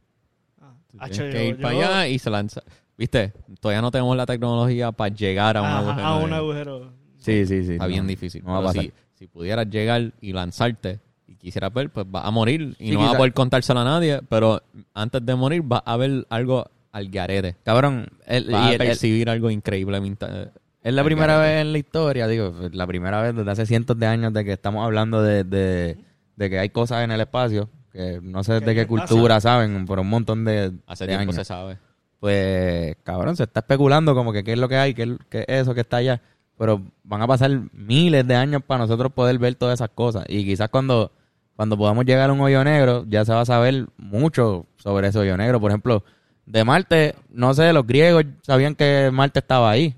Speaker 4: Ah,
Speaker 1: Tienes
Speaker 4: acho,
Speaker 1: que
Speaker 4: yo-
Speaker 1: ir para
Speaker 4: yo-
Speaker 1: allá y se lanza. ¿Viste? Todavía no tenemos la tecnología para llegar a un
Speaker 4: Ajá,
Speaker 1: agujero.
Speaker 4: a un
Speaker 1: negro.
Speaker 4: agujero.
Speaker 2: Sí, sí, sí.
Speaker 1: Está
Speaker 2: no,
Speaker 1: bien difícil.
Speaker 2: No va a
Speaker 1: Pero
Speaker 2: pasar.
Speaker 1: si, si pudieras llegar y lanzarte y quisieras ver, pues vas a morir y
Speaker 2: Sí,
Speaker 1: no vas
Speaker 2: quizá-
Speaker 1: a poder contárselo a nadie. Pero antes de morir, vas a ver algo al garete.
Speaker 2: Cabrón, el-
Speaker 1: Vas
Speaker 2: y
Speaker 1: a
Speaker 2: el- el-
Speaker 1: percibir algo increíblemente. eh,
Speaker 2: es la
Speaker 1: al
Speaker 2: primera
Speaker 1: garete.
Speaker 2: vez en la historia, digo, la primera vez desde hace cientos de años de que estamos hablando de, de- de que hay cosas en el espacio que no sé
Speaker 4: Que
Speaker 2: de qué
Speaker 4: no pasa.
Speaker 2: cultura saben, por un montón de,
Speaker 1: Hace
Speaker 2: de
Speaker 1: tiempo
Speaker 2: años.
Speaker 1: se sabe.
Speaker 2: Pues, cabrón, se está especulando como que qué es lo que hay, qué, qué es eso que está allá. Pero van a pasar miles de años para nosotros poder ver todas esas cosas. Y quizás cuando, cuando podamos llegar a un hoyo negro, ya se va a saber mucho sobre ese hoyo negro. Por ejemplo, de Marte, no sé, los griegos sabían que Marte estaba ahí.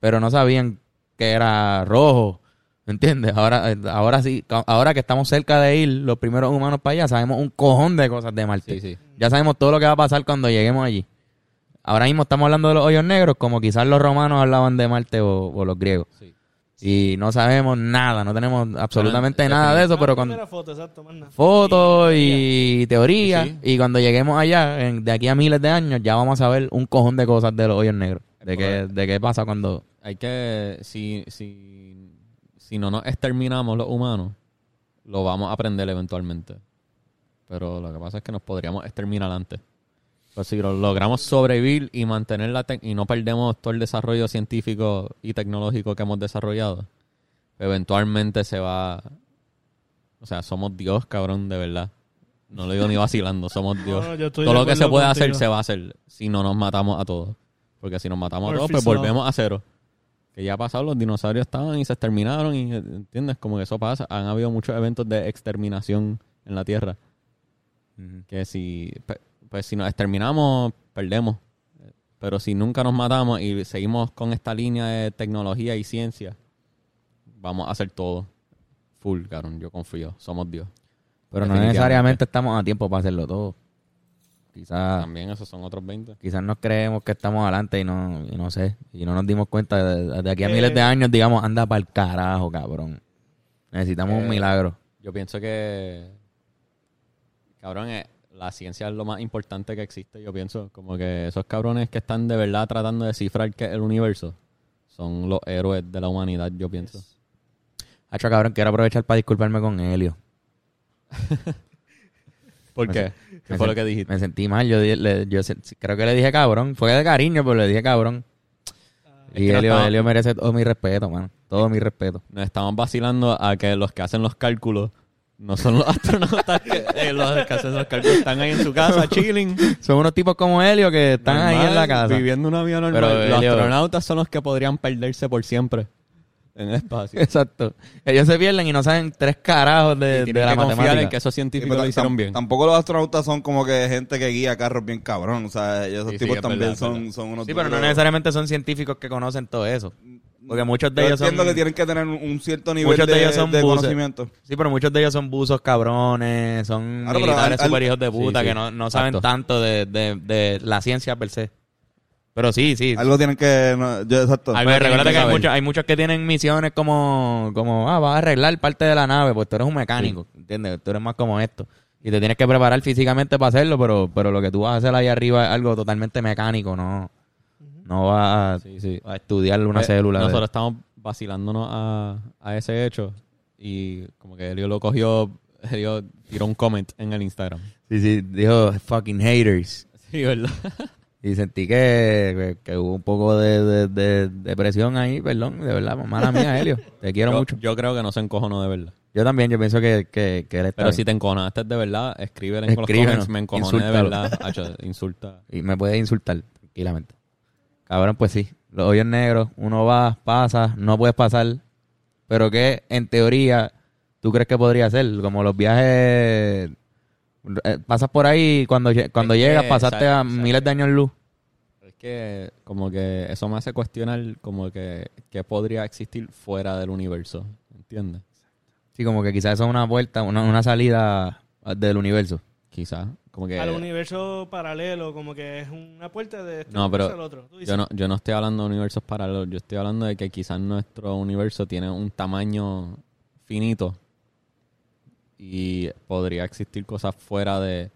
Speaker 2: Pero no sabían que era rojo. ¿Me entiendes? Ahora, eh, ahora sí, ca- ahora que estamos cerca de ir, los primeros humanos para allá, sabemos un cojón de cosas de Marte.
Speaker 1: Sí, sí.
Speaker 2: Ya sabemos todo lo que va a pasar cuando lleguemos allí. Ahora mismo estamos hablando de los hoyos negros, como quizás los romanos hablaban de Marte o, o los griegos.
Speaker 1: Sí.
Speaker 2: Y no sabemos nada, no tenemos absolutamente nada de eso, pero con
Speaker 4: Primera Ah, pues foto, exacto, más nada.
Speaker 2: fotos y teoría.
Speaker 1: Sí.
Speaker 2: Y cuando lleguemos allá, en- de aquí a miles de años, ya vamos a saber un cojón de cosas de los hoyos negros. De qué, de qué pasa cuando...
Speaker 1: Hay que, si, si, si no nos exterminamos los humanos, lo vamos a aprender eventualmente. Pero lo que pasa es que nos podríamos exterminar antes. Pero si lo- logramos sobrevivir y mantener la tec- y no perdemos todo el desarrollo científico y tecnológico que hemos desarrollado, eventualmente se va... O sea, somos Dios, cabrón, de verdad. No lo digo ni vacilando, somos Dios.
Speaker 4: no, yo estoy de
Speaker 1: todo lo que se
Speaker 4: acuerdo
Speaker 1: puede hacer
Speaker 4: contigo.
Speaker 1: se va a hacer si no nos matamos a todos. Porque si nos matamos a todos, pues
Speaker 4: Murphy's Law.
Speaker 1: volvemos a cero. Que ya ha pasado, los dinosaurios estaban y se exterminaron. Y, ¿Entiendes? Como que eso pasa. Han habido muchos eventos de exterminación en la Tierra. Que si, pe- pues si nos exterminamos, perdemos. Pero si nunca nos matamos y seguimos con esta línea de tecnología y ciencia, vamos a hacer todo. Full, cabrón, yo confío. Somos Dios.
Speaker 2: Pero no
Speaker 1: Definitivamente.
Speaker 2: necesariamente estamos a tiempo para hacerlo todo. Quizás
Speaker 1: También esos son otros 20.
Speaker 2: quizás nos creemos que estamos adelante y no, y no sé. Y no nos dimos cuenta de, de aquí a
Speaker 4: Eh.
Speaker 2: miles de años, digamos, anda para el carajo, cabrón. Necesitamos un
Speaker 1: Eh.
Speaker 2: milagro.
Speaker 1: Yo pienso que, cabrón, eh, la ciencia es lo más importante que existe, yo pienso. Como que esos cabrones que están de verdad tratando de cifrar que el universo son los héroes de la humanidad, yo pienso.
Speaker 2: Hacho, cabrón, quiero aprovechar para disculparme con Helio.
Speaker 1: ¿Por
Speaker 2: Me
Speaker 1: qué? ¿Qué
Speaker 2: Me
Speaker 1: fue lo
Speaker 2: sen-
Speaker 1: que dijiste?
Speaker 2: Me sentí mal. Yo, di- le- yo se- creo que le dije cabrón. Fue de cariño, pero le dije cabrón.
Speaker 1: Ah, Es
Speaker 2: Y
Speaker 1: que no
Speaker 2: Helio,
Speaker 1: estaba-
Speaker 2: Helio merece todo mi respeto, mano. Todo mi respeto.
Speaker 1: Nos estamos vacilando a que los que hacen los cálculos no son los astronautas que, eh, los que hacen los cálculos están ahí en su casa chilling.
Speaker 2: Son unos tipos como Helio que están ahí en la
Speaker 1: normal,
Speaker 2: casa.
Speaker 1: Viviendo una vida normal.
Speaker 2: Pero,
Speaker 1: los
Speaker 2: Elio-
Speaker 1: astronautas son los que podrían perderse por siempre en el espacio.
Speaker 2: Exacto. Ellos se pierden y no saben tres carajos de,
Speaker 1: Y
Speaker 2: de
Speaker 1: tienen
Speaker 2: la
Speaker 1: que confiar
Speaker 2: matemática.
Speaker 1: en que esos
Speaker 3: Sí,
Speaker 1: científicos
Speaker 3: pero
Speaker 1: lo hicieron
Speaker 3: tam-
Speaker 1: bien.
Speaker 3: Tampoco los astronautas son como que gente que guía carros bien cabrón. O sea, ellos esos
Speaker 1: Sí, sí,
Speaker 3: tipos
Speaker 1: es
Speaker 3: también
Speaker 1: verdad, es
Speaker 3: son,
Speaker 1: verdad.
Speaker 3: son unos
Speaker 2: Sí, pero no
Speaker 3: duros. Mm,
Speaker 2: necesariamente son científicos que conocen todo eso. Porque muchos de
Speaker 3: Yo
Speaker 2: ellos son...
Speaker 3: entiendo que tienen que tener un- un cierto nivel
Speaker 2: Muchos
Speaker 3: de,
Speaker 2: de ellos son
Speaker 3: de
Speaker 2: buses.
Speaker 3: conocimiento.
Speaker 2: Sí, pero muchos de ellos son buzos cabrones, son
Speaker 3: Claro, pero
Speaker 2: militares
Speaker 3: al- al-
Speaker 2: super hijos de puta
Speaker 1: Sí, sí.
Speaker 2: que no, no saben
Speaker 1: Exacto.
Speaker 2: tanto de, de- de la ciencia per se. Pero sí, sí.
Speaker 3: Algo tienen que... no, yo,
Speaker 1: Pues,
Speaker 3: exacto.
Speaker 2: Pero recuerda que hay
Speaker 1: saber.
Speaker 2: muchos, hay muchos que tienen misiones como, como ah, vas a arreglar parte de la nave, pues tú eres un mecánico, ¿entiendes? Tú eres más como esto. Y te tienes que preparar físicamente para hacerlo, pero, pero lo que tú vas a hacer ahí arriba es algo totalmente mecánico, no, no vas a,
Speaker 1: Sí, sí.
Speaker 2: a estudiar una
Speaker 1: Eh,
Speaker 2: célula. de-
Speaker 1: Nosotros estamos vacilándonos a, a ese hecho y como que Elio lo cogió, Elio tiró un comment en el Instagram.
Speaker 2: Sí, sí, dijo fucking haters.
Speaker 1: Sí, ¿verdad?
Speaker 2: Y sentí que, que- que hubo un poco de, de, de- de presión ahí, perdón, de verdad, mala mía, Helio. Te quiero
Speaker 1: yo,
Speaker 2: mucho.
Speaker 1: yo creo que no se encojonó de verdad.
Speaker 2: Yo también, yo pienso que, que, que él está
Speaker 1: Pero
Speaker 2: bien.
Speaker 1: si te encojonaste de verdad, escríbele en los
Speaker 2: Escríbenos.
Speaker 1: comments, me encojoné de
Speaker 2: Insúltalo.
Speaker 1: verdad. Hacho, insulta.
Speaker 2: Y me puedes insultar tranquilamente. Cabrón, pues sí. Los hoyos negros, uno va, pasa, no puedes pasar. Pero que en teoría tú crees que podría ser, como los viajes eh, pasas por ahí y cuando, lle- cuando
Speaker 1: Es que,
Speaker 2: llegas pasaste
Speaker 1: exacto,
Speaker 2: a
Speaker 1: exacto.
Speaker 2: miles de años luz.
Speaker 1: Es que como que eso me hace cuestionar como que qué podría existir fuera del universo, ¿entiendes?
Speaker 2: Sí, como que quizás eso es una vuelta, una, una salida del universo.
Speaker 1: Quizás, como que
Speaker 4: Al universo paralelo, como que es una puerta de este
Speaker 1: No, pero
Speaker 4: universo al otro. Tú dices,
Speaker 1: Yo no, yo no estoy hablando de universos paralelos, yo estoy hablando de que quizás nuestro universo tiene un tamaño finito y podría existir cosas fuera de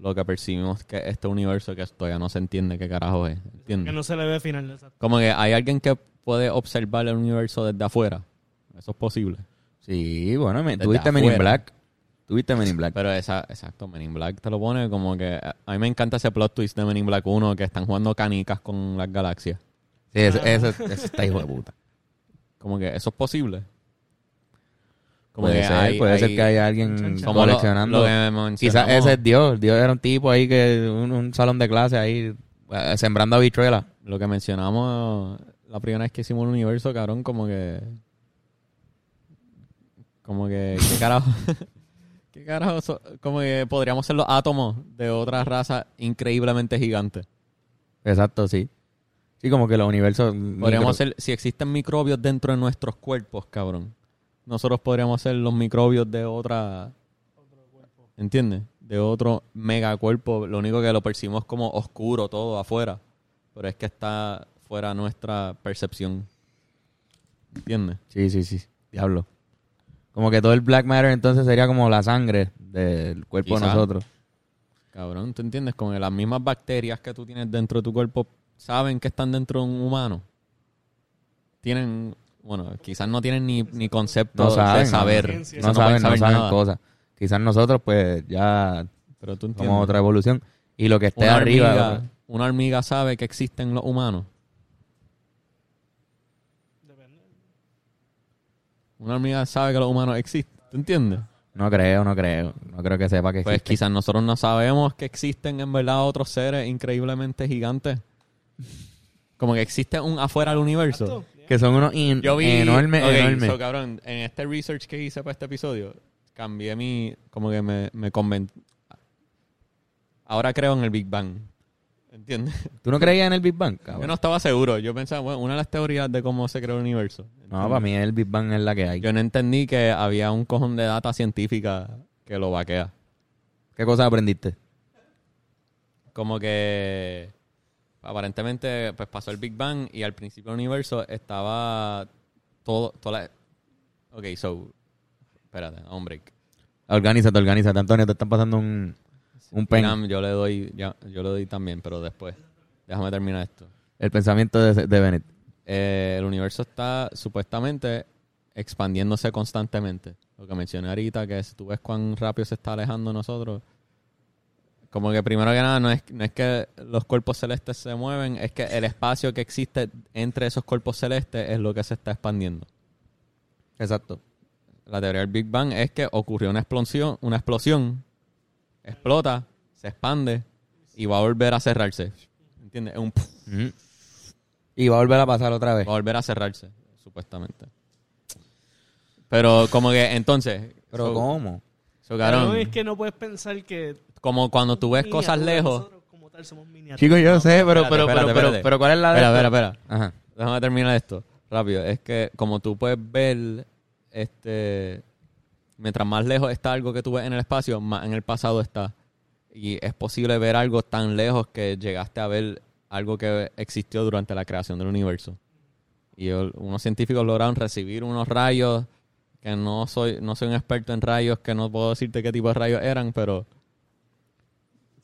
Speaker 1: lo que percibimos que este universo que todavía no se entiende qué carajo es.
Speaker 4: que
Speaker 1: ¿entiendes?
Speaker 4: no se le ve final. exacto.
Speaker 1: Como que hay alguien que puede observar el universo desde afuera. Eso es posible.
Speaker 2: Sí, bueno, me-
Speaker 1: Desde
Speaker 2: tuviste Men in
Speaker 1: afuera.
Speaker 2: Black. Tuviste Men in Black.
Speaker 1: Pero esa, exacto, Men in Black te lo pone como que... A mí me encanta ese plot twist de Men in Black 1 que están jugando canicas con las galaxias.
Speaker 2: Sí, eso, eso, eso está hijo de puta.
Speaker 1: Como que eso es posible.
Speaker 2: puede ser, puede ser que
Speaker 1: hay
Speaker 2: haya alguien
Speaker 4: Chan, chan.
Speaker 1: como lo-
Speaker 2: coleccionando.
Speaker 1: lo que mencionamos.
Speaker 2: Quizás ese es Dios. Dios era un tipo ahí que un, un salón de clase ahí eh, sembrando habichuelas.
Speaker 1: lo que mencionamos la primera vez que hicimos el universo, cabrón, como que como que qué carajo qué carajo so- como que podríamos ser los átomos de otra raza increíblemente gigante.
Speaker 2: Exacto, sí. Sí, como que los universos. micro-
Speaker 1: Podríamos ser si existen microbios dentro de nuestros cuerpos, cabrón. Nosotros podríamos ser los microbios de otra ¿Entiendes? De otro megacuerpo. Lo único que lo percibimos como oscuro todo afuera. Pero es que está fuera nuestra percepción. ¿entiendes?
Speaker 2: Sí, sí, sí. Diablo. Como que todo el Black Matter entonces sería como la sangre del cuerpo de
Speaker 1: Quizá.
Speaker 2: nosotros.
Speaker 1: Cabrón, ¿tú entiendes? Como que las mismas bacterias que tú tienes dentro de tu cuerpo saben que están dentro de un humano. Tienen, bueno, quizás no tienen ni, ni concepto
Speaker 2: No
Speaker 1: de
Speaker 2: saben,
Speaker 1: saber.
Speaker 4: no
Speaker 1: O sea,
Speaker 2: No,
Speaker 4: no
Speaker 1: pueden
Speaker 2: saben, no
Speaker 1: saber
Speaker 2: saben
Speaker 1: nada.
Speaker 2: cosas. Quizás nosotros pues ya
Speaker 1: Pero tú entiendes.
Speaker 2: como otra evolución. Y lo que esté
Speaker 1: una,
Speaker 2: arriba...
Speaker 1: hormiga, una hormiga sabe que existen los humanos.
Speaker 4: Depende.
Speaker 1: Una hormiga sabe que los humanos existen. ¿Tú entiendes?
Speaker 2: No creo, no creo. No creo que sepa Ah, que
Speaker 1: Pues
Speaker 2: existe.
Speaker 1: quizás nosotros no sabemos que existen en verdad otros seres increíblemente gigantes. Como que existe un afuera del universo.
Speaker 4: Exacto, yeah.
Speaker 2: Que son unos in-
Speaker 1: Yo vi.
Speaker 2: enormes,
Speaker 1: Ok,
Speaker 2: enormes.
Speaker 1: so, cabrón, en este research que hice para este episodio, cambié mi. Como que me, me conven- Ahora creo en el Big Bang. ¿Entiendes?
Speaker 2: ¿Tú no creías en el Big Bang? cabrón?
Speaker 1: Yo no estaba seguro. Yo pensaba, bueno, una de las teorías de cómo se creó el universo.
Speaker 2: No, para mí el Big Bang es la que hay.
Speaker 1: Yo no entendí que había un cojón de data científica que lo vaquea.
Speaker 2: ¿Qué cosas aprendiste?
Speaker 1: como que aparentemente pues pasó el Big Bang y al principio del universo estaba todo toda la... ok so espérate un break
Speaker 2: Organízate, organízate. Antonio, te están pasando un, un pen.
Speaker 1: Nam, yo le doy ya, yo le doy también pero después déjame terminar esto
Speaker 2: El pensamiento de, de Bennett.
Speaker 1: Eh, el universo está supuestamente expandiéndose constantemente lo que mencioné ahorita que si tú ves cuán rápido se está alejando nosotros como que primero que nada no es, no es que los cuerpos celestes se mueven, es que el espacio que existe entre esos cuerpos celestes es lo que se está expandiendo.
Speaker 2: Exacto.
Speaker 1: La teoría del Big Bang es que ocurrió una explosión, una explosión, explota, se expande y va a volver a cerrarse. ¿Entiendes? Es un puf,
Speaker 2: Y va a volver a pasar otra vez.
Speaker 1: va a volver a cerrarse, supuestamente. Pero como que entonces,
Speaker 2: Pero
Speaker 1: so-
Speaker 2: ¿cómo?
Speaker 1: so,
Speaker 4: Pero
Speaker 1: cabrón,
Speaker 4: no es que no puedes pensar que
Speaker 1: como cuando tú ves cosas
Speaker 4: miniaturas,
Speaker 1: lejos,
Speaker 4: nosotros como tal somos miniaturas.
Speaker 2: Chicos, yo sé, pero, pero,
Speaker 1: espérate,
Speaker 2: pero,
Speaker 1: espérate,
Speaker 2: pero,
Speaker 1: espérate.
Speaker 2: pero ¿cuál es la de
Speaker 1: espera,
Speaker 2: esto?
Speaker 1: espera, espera.
Speaker 2: Ajá.
Speaker 1: Déjame terminar esto rápido. Es que como tú puedes ver, este, mientras más lejos está algo que tú ves en el espacio, más en el pasado está. Y es posible ver algo tan lejos que llegaste a ver algo que existió durante la creación del universo. Y el- unos científicos lograron recibir unos rayos que no soy, no soy un experto en rayos, que no puedo decirte qué tipo de rayos eran, pero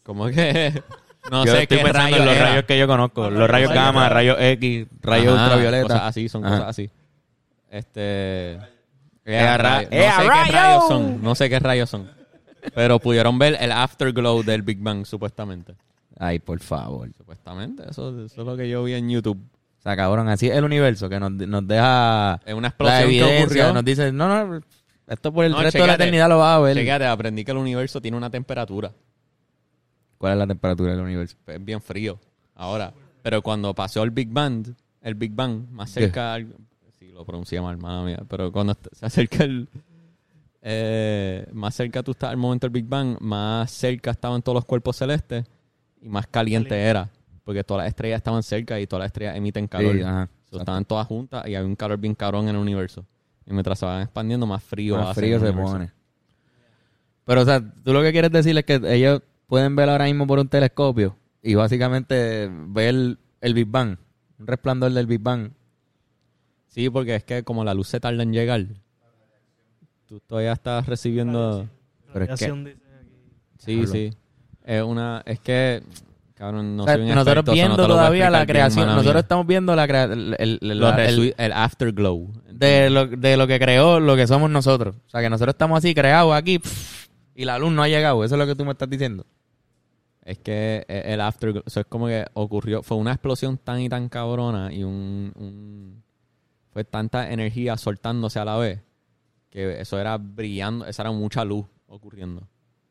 Speaker 1: como que no
Speaker 2: yo
Speaker 1: sé
Speaker 2: estoy
Speaker 1: qué
Speaker 2: pensando
Speaker 1: rayos
Speaker 2: en los
Speaker 1: era.
Speaker 2: rayos que yo conozco. Los rayos
Speaker 4: rayos
Speaker 2: gamma,
Speaker 4: gamma.
Speaker 2: rayos X, rayos
Speaker 1: Ajá, Cosas
Speaker 2: ultravioleta.
Speaker 1: así, son
Speaker 2: Ajá.
Speaker 1: cosas así. Este.
Speaker 2: Ea, ra-
Speaker 1: no
Speaker 2: ea,
Speaker 1: sé qué
Speaker 2: rayo.
Speaker 1: rayos son. No sé qué rayos son. Pero pudieron ver el afterglow del Big Bang, supuestamente.
Speaker 2: Ay, por favor.
Speaker 1: Supuestamente, eso, eso es lo que yo vi en YouTube.
Speaker 2: O sea, cabrón, así es el universo que nos, nos deja
Speaker 1: Es una
Speaker 2: la
Speaker 1: explosión que
Speaker 2: evidencia.
Speaker 1: ocurrió.
Speaker 2: Nos dice, no, no, esto por el
Speaker 1: No,
Speaker 2: resto de la
Speaker 1: chécate.
Speaker 2: eternidad lo vas a ver.
Speaker 1: Chécate, aprendí que el universo tiene una temperatura.
Speaker 2: ¿Cuál es la temperatura del universo?
Speaker 1: Es bien frío ahora. Pero cuando pasó el Big Bang, el Big Bang, más
Speaker 2: ¿Qué?
Speaker 1: cerca. al- sí, lo pronuncié mal, madre mía. Pero cuando est- se acerca el. eh, más cerca tú estás al momento del Big Bang, más cerca estaban todos los cuerpos celestes y más caliente,
Speaker 4: Caliente.
Speaker 1: era. Porque todas las estrellas estaban cerca y todas las estrellas emiten calor.
Speaker 2: Sí, ah, ajá.
Speaker 1: So, estaban todas juntas y había un calor bien cabrón en el universo. Y mientras se van expandiendo, más frío
Speaker 2: Más
Speaker 1: hace
Speaker 2: frío
Speaker 1: el
Speaker 2: se
Speaker 1: universo.
Speaker 2: pone. Pero, o sea, tú lo que quieres decir es que ellos pueden ver ahora mismo por un telescopio y básicamente ver el Big Bang, un resplandor del Big Bang.
Speaker 1: Sí, porque es que como la luz se tarda en llegar, tú todavía estás recibiendo.
Speaker 2: Pero es que-
Speaker 4: Radiación, dice aquí.
Speaker 1: Sí,
Speaker 2: Diablo.
Speaker 1: sí. Es una, es que, cabrón, no
Speaker 2: O sea,
Speaker 1: soy un
Speaker 2: nosotros
Speaker 1: experto,
Speaker 2: viendo
Speaker 1: eso no te lo puedo
Speaker 2: todavía la
Speaker 1: explicar bien,
Speaker 2: creación,
Speaker 1: mala
Speaker 2: nosotros
Speaker 1: mía.
Speaker 2: estamos viendo la, crea- el, el- el-
Speaker 1: Los
Speaker 2: la- el-
Speaker 1: resu- el afterglow.
Speaker 2: de, lo, de lo que creó, lo que somos nosotros. O sea, que nosotros estamos así creados aquí pff, y la luz no ha llegado. Eso es lo que tú me estás diciendo.
Speaker 1: Es que eh, el afterglow, eso es como que ocurrió, fue una explosión tan y tan cabrona y un, un- fue tanta energía soltándose a la vez que eso era brillando, esa era mucha luz ocurriendo,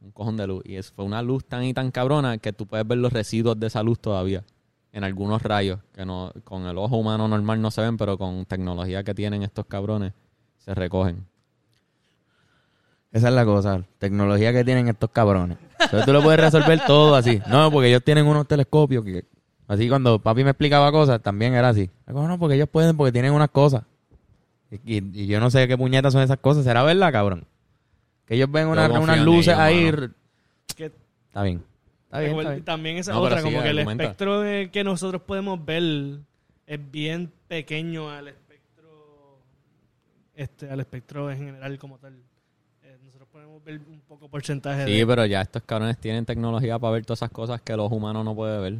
Speaker 1: un cojón de luz y eso fue una luz tan y tan cabrona que tú puedes ver los residuos de esa luz todavía en algunos rayos que no con el ojo humano normal no se ven, pero con tecnología que tienen estos cabrones se recogen.
Speaker 2: Esa es la cosa, tecnología que tienen estos cabrones. Entonces tú lo puedes resolver todo así. No, porque ellos tienen unos telescopios que... Así cuando papi me explicaba cosas, también era así. Digo, no, porque ellos pueden, porque tienen unas cosas. Y, y- y yo no sé qué puñetas son esas cosas. ¿Será verdad, cabrón? Que ellos ven una-
Speaker 1: confío
Speaker 2: unas
Speaker 1: en
Speaker 2: luces
Speaker 1: ellos,
Speaker 2: ahí...
Speaker 1: mano.
Speaker 4: Que-
Speaker 2: Está bien. Está bien, está
Speaker 4: recuerda-
Speaker 2: bien.
Speaker 4: También esa
Speaker 1: No, pero
Speaker 4: otra,
Speaker 1: sí,
Speaker 4: como que el
Speaker 1: argumenta.
Speaker 4: espectro de- que nosotros podemos ver es bien pequeño al espectro este, al espectro en general como tal. Eh, nosotros podemos ver un poco porcentaje
Speaker 1: Sí,
Speaker 4: de...
Speaker 1: pero ya estos cabrones tienen tecnología para ver todas esas cosas que los humanos no pueden ver.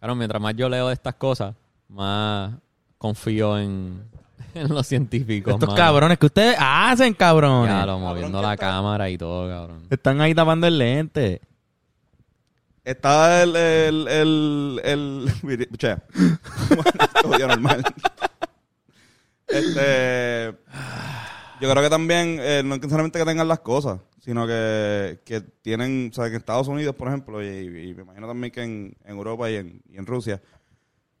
Speaker 1: Claro, mientras más yo leo de estas cosas, más confío en, en los científicos.
Speaker 2: Estos
Speaker 1: mano.
Speaker 2: cabrones que ustedes hacen, cabrones.
Speaker 1: Ya, lo moviendo la cámara y todo, cabrón.
Speaker 2: Están ahí tapando el lente.
Speaker 3: Está el. el, el, el, che. Todo ya normal. Este. Yo creo que también, eh, no es necesariamente que tengan las cosas, sino que, que tienen, o sea, que en Estados Unidos, por ejemplo, y, y me imagino también que en, en Europa y en, y en Rusia,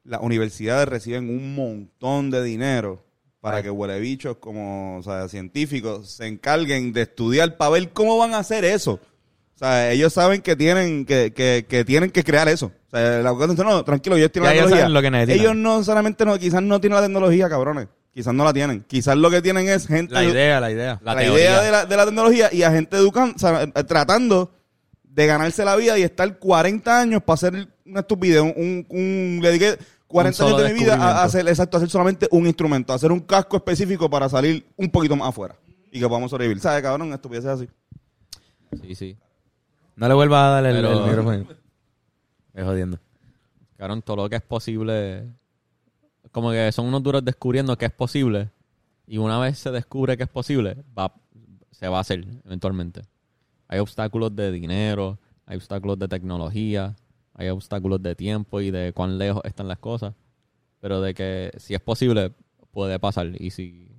Speaker 3: las universidades reciben un montón de dinero para que huelebichos como o sea, científicos se encarguen de estudiar para ver cómo van a hacer eso. O sea, ellos saben que tienen que, que, que tienen que crear eso. O sea, la cosa es, no, tranquilo, ellos
Speaker 2: Ya
Speaker 3: tienen la
Speaker 2: ellos
Speaker 3: tecnología.
Speaker 2: saben lo que necesitan.
Speaker 3: Ellos no solamente no, quizás no tienen la tecnología, cabrones. Quizás no la tienen. Quizás lo que tienen es gente
Speaker 2: La idea, la idea.
Speaker 1: La
Speaker 3: la,
Speaker 1: teoría.
Speaker 3: idea de la, de la tecnología y a gente educando, eh, tratando de ganarse la vida y estar 40 años para hacer una estupidez. Un, un- un- le dediqué 40
Speaker 1: Un solo
Speaker 3: años de mi vida a- a,
Speaker 1: descubrimiento.
Speaker 3: hacer, exacto, a hacer solamente un instrumento, a hacer un casco específico para salir un poquito más afuera y que podamos sobrevivir. ¿Sabes, cabrón? Estupideces así.
Speaker 1: Sí, sí.
Speaker 2: No le vuelvas a dar el,
Speaker 1: Pero-
Speaker 2: el micrófono. Me jodiendo.
Speaker 1: Cabrón, todo lo que es posible. Como que son unos duros descubriendo que es posible. Y una vez se descubre que es posible, va, se va a hacer eventualmente. Hay obstáculos de dinero, hay obstáculos de tecnología, hay obstáculos de tiempo y de cuán lejos están las cosas. Pero de que si es posible, puede pasar. Y si,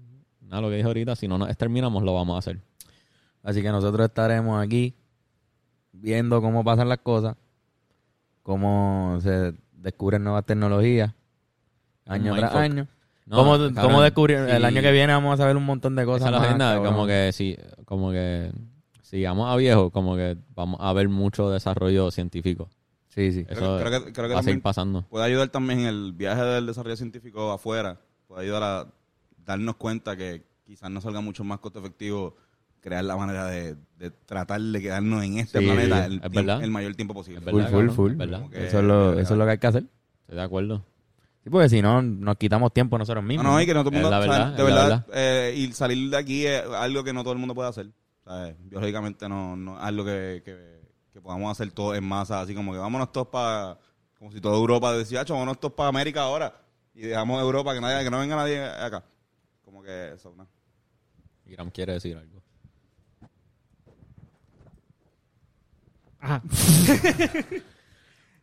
Speaker 1: nada, lo que dije ahorita, si no nos exterminamos, lo vamos a hacer.
Speaker 2: Así que nosotros estaremos aquí viendo cómo pasan las cosas, cómo se descubren nuevas tecnologías, año
Speaker 1: Mindfuck.
Speaker 2: tras año.
Speaker 1: No,
Speaker 2: ¿Cómo,
Speaker 1: cabrón,
Speaker 2: cómo descubrir?
Speaker 1: sí.
Speaker 2: El año que viene vamos a saber un montón de
Speaker 1: Esa
Speaker 2: cosas.
Speaker 1: es la
Speaker 2: más,
Speaker 1: agenda,
Speaker 2: cabrón.
Speaker 1: como que sí, como que sigamos a viejo, como que vamos a ver mucho desarrollo científico.
Speaker 2: Sí, sí.
Speaker 1: Eso
Speaker 3: Creo que- creo que
Speaker 1: va a
Speaker 3: también-
Speaker 1: seguir pasando.
Speaker 3: Puede ayudar también en el viaje del desarrollo científico afuera. Puede ayudar a darnos cuenta que quizás no salga mucho más costo efectivo crear la manera de, de tratar de quedarnos en este
Speaker 1: Sí,
Speaker 3: planeta el,
Speaker 1: es
Speaker 3: tiemp-
Speaker 1: verdad.
Speaker 3: el mayor tiempo posible.
Speaker 1: Es
Speaker 2: Full,
Speaker 1: ¿Verdad,
Speaker 2: full,
Speaker 1: cabrón?
Speaker 2: full.
Speaker 1: ¿Verdad?
Speaker 3: Como que-
Speaker 2: Eso, es lo, eso es lo que hay que hacer.
Speaker 1: Estoy de acuerdo.
Speaker 2: Sí, porque si no, nos quitamos tiempo nosotros mismos.
Speaker 3: No, no, y que no todo el
Speaker 1: Es
Speaker 3: mundo.
Speaker 1: la
Speaker 3: o sea,
Speaker 1: verdad,
Speaker 3: de
Speaker 1: es la
Speaker 3: verdad. eh, y salir de aquí es algo que no todo el mundo puede hacer. ¿sabes? Biológicamente no, no es algo que, que, que podamos hacer todos en masa. Así como que vámonos todos para. Como si toda Europa decía, "Acho, vámonos todos para América ahora. Y dejamos Europa, que, nadie, que no venga nadie acá. Como que eso, ¿no?
Speaker 1: Iram quiere decir algo.
Speaker 4: Ajá.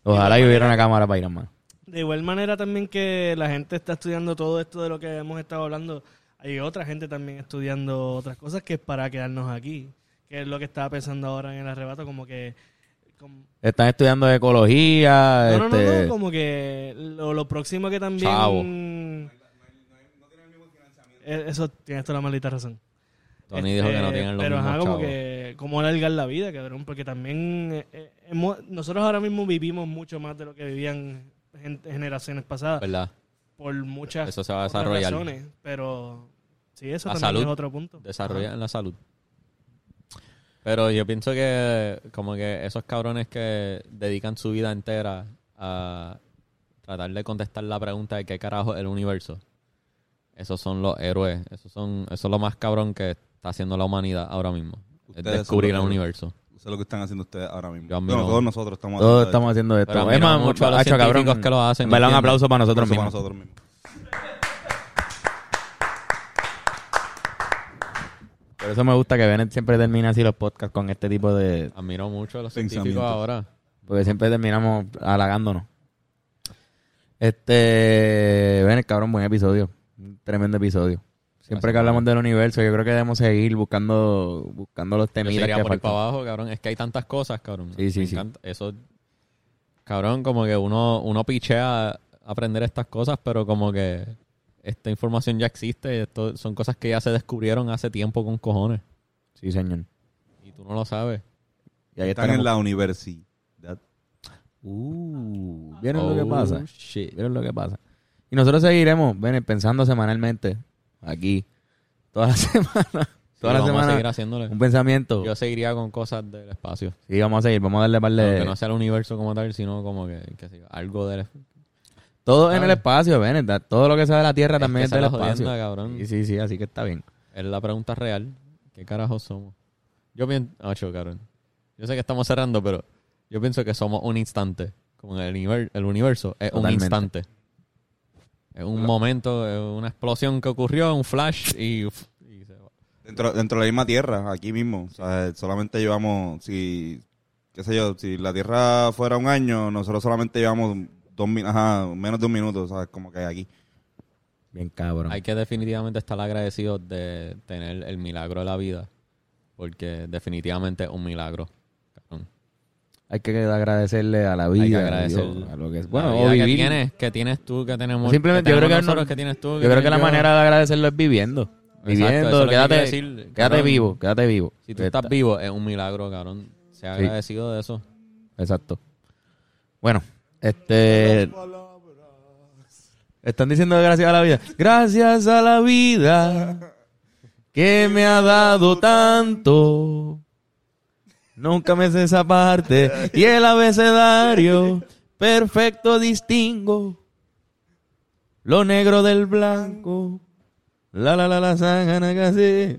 Speaker 2: Ojalá y hubiera una cámara para ir a más.
Speaker 4: De igual manera también que la gente está estudiando todo esto de lo que hemos estado hablando, hay otra gente también estudiando otras cosas que es para quedarnos aquí, que es lo que estaba pensando ahora en el arrebato, como que... como-
Speaker 2: Están estudiando ecología.
Speaker 4: no, no, no,
Speaker 2: este,
Speaker 4: no, como que lo, lo próximo que también...
Speaker 1: Chavo.
Speaker 4: Eh, Eso, tienes toda la maldita razón.
Speaker 1: Tony dijo que no tienen los
Speaker 4: Este, Pero
Speaker 1: mismos
Speaker 4: ajá, como
Speaker 1: chavos.
Speaker 4: que, ¿cómo alargar la vida, cabrón? Porque también eh, eh, hemos- nosotros ahora mismo vivimos mucho más de lo que vivían gente- generaciones pasadas
Speaker 1: ¿Verdad?
Speaker 4: por muchas
Speaker 1: Eso se va a
Speaker 4: otras
Speaker 1: desarrollar.
Speaker 4: razones, pero sí, eso
Speaker 1: La
Speaker 4: también
Speaker 1: salud.
Speaker 4: es otro punto.
Speaker 1: Desarrollan la salud. Pero yo pienso que como que esos cabrones que dedican su vida entera a tratar de contestar la pregunta de qué carajo es el universo. Esos son los héroes, esos son eso es lo más cabrón que está haciendo la humanidad ahora mismo. Es
Speaker 3: Ustedes son
Speaker 1: descubrir el
Speaker 3: los héroes.
Speaker 1: universo.
Speaker 3: Eso es lo que están haciendo ustedes ahora mismo.
Speaker 1: Yo admiro-
Speaker 3: Bueno, todos nosotros estamos
Speaker 2: Todos
Speaker 3: haciendo
Speaker 2: estamos haciendo esto.
Speaker 1: Pero
Speaker 2: es
Speaker 1: admiro
Speaker 2: más,
Speaker 1: mucho a los
Speaker 2: hacho,
Speaker 1: científicos
Speaker 2: cabrón,
Speaker 1: que lo hacen,
Speaker 2: en verdad, un
Speaker 1: ¿entiendes?
Speaker 2: aplauso para nosotros
Speaker 3: esto. Nosotros
Speaker 2: mismos.
Speaker 3: nosotros mismos.
Speaker 2: Por eso me gusta que Bennett siempre termina así los podcasts con este tipo de...
Speaker 1: Admiro mucho a los científicos
Speaker 3: Pensamientos.
Speaker 1: ahora.
Speaker 2: Porque siempre terminamos halagándonos. Este... Bennett, cabrón, buen episodio. Un tremendo episodio. Siempre
Speaker 1: Gracias,
Speaker 2: que hablamos del universo, yo creo que debemos seguir buscando buscando los
Speaker 1: Yo
Speaker 2: temitas
Speaker 1: seguiría
Speaker 2: que
Speaker 1: por ahí
Speaker 2: faltan.
Speaker 1: para abajo, cabrón. Es que hay tantas cosas, cabrón.
Speaker 2: Sí, sí,
Speaker 1: Me
Speaker 2: sí.
Speaker 1: encanta. Eso, cabrón, como que uno, uno pichea aprender estas cosas, pero como que esta información ya existe. y Esto, son cosas que ya se descubrieron hace tiempo con cojones.
Speaker 2: Sí, señor.
Speaker 1: Y tú no lo sabes.
Speaker 2: Y ahí
Speaker 3: Están en la universidad.
Speaker 2: Uh, ¿Vieron lo que
Speaker 1: Oh,
Speaker 2: pasa?
Speaker 1: shit.
Speaker 2: ¿Vieron lo que pasa? Y nosotros seguiremos, Bennett, pensando semanalmente aquí. Todas las semanas. Todas
Speaker 1: Sí,
Speaker 2: las
Speaker 1: vamos a seguir
Speaker 2: semanas.
Speaker 1: haciéndole.
Speaker 2: Un pensamiento.
Speaker 1: Yo seguiría con cosas del espacio.
Speaker 2: Sí, vamos a seguir, vamos a darle par de...
Speaker 1: Aunque no sea el universo como tal, sino como que, que sé yo, algo del...
Speaker 2: Todo en el espacio, Beneta. Todo lo que sea de la Tierra también
Speaker 1: que
Speaker 2: es
Speaker 1: esa
Speaker 2: del
Speaker 1: es la
Speaker 2: espacio.
Speaker 1: jodienda, cabrón.
Speaker 2: Y sí, sí, así que está bien.
Speaker 1: Es la pregunta real. ¿Qué carajos somos? Yo pienso... Ocho, cabrón. Yo sé que estamos cerrando, pero yo pienso que somos un instante. Como en el, univer- el universo es
Speaker 2: Totalmente.
Speaker 1: un instante. Es un momento, es una explosión que ocurrió, un flash y... y se va.
Speaker 3: Dentro, dentro de la misma tierra, aquí mismo. O sea, solamente llevamos, si, qué sé yo, si la tierra fuera un año, nosotros solamente llevamos dos min- ajá, menos de un minuto, o sea, como que aquí.
Speaker 2: Bien cabrón.
Speaker 1: Hay que definitivamente estar agradecidos de tener el milagro de la vida. Porque definitivamente es un milagro. cabrón.
Speaker 2: Hay que agradecerle a la vida.
Speaker 1: Hay que
Speaker 2: a
Speaker 1: agradecer
Speaker 2: Dios, a lo que es.
Speaker 1: la
Speaker 2: Bueno,
Speaker 1: vida
Speaker 2: o
Speaker 1: que
Speaker 2: vivir.
Speaker 1: tienes, que tienes tú, que tenemos
Speaker 2: Simplemente yo
Speaker 1: tenemos
Speaker 2: creo que
Speaker 1: nosotros,
Speaker 2: no-
Speaker 1: que tienes tú.
Speaker 2: Yo creo que la
Speaker 1: tienes
Speaker 2: manera de agradecerlo es viviendo. Viviendo,
Speaker 1: eso es lo que
Speaker 2: quédate,
Speaker 1: quiero decir,
Speaker 2: quédate
Speaker 1: cabrón.
Speaker 2: vivo, quédate vivo.
Speaker 1: Si tú estás vivo, es un milagro, cabrón. Se ha
Speaker 2: Sí.
Speaker 1: agradecido de eso.
Speaker 2: Exacto. Bueno, este. Están diciendo gracias a la vida. Gracias a la vida que me ha dado tanto. Nunca me sé esa parte. Y el abecedario perfecto distingo. Lo negro del blanco. La la la la sangana casi.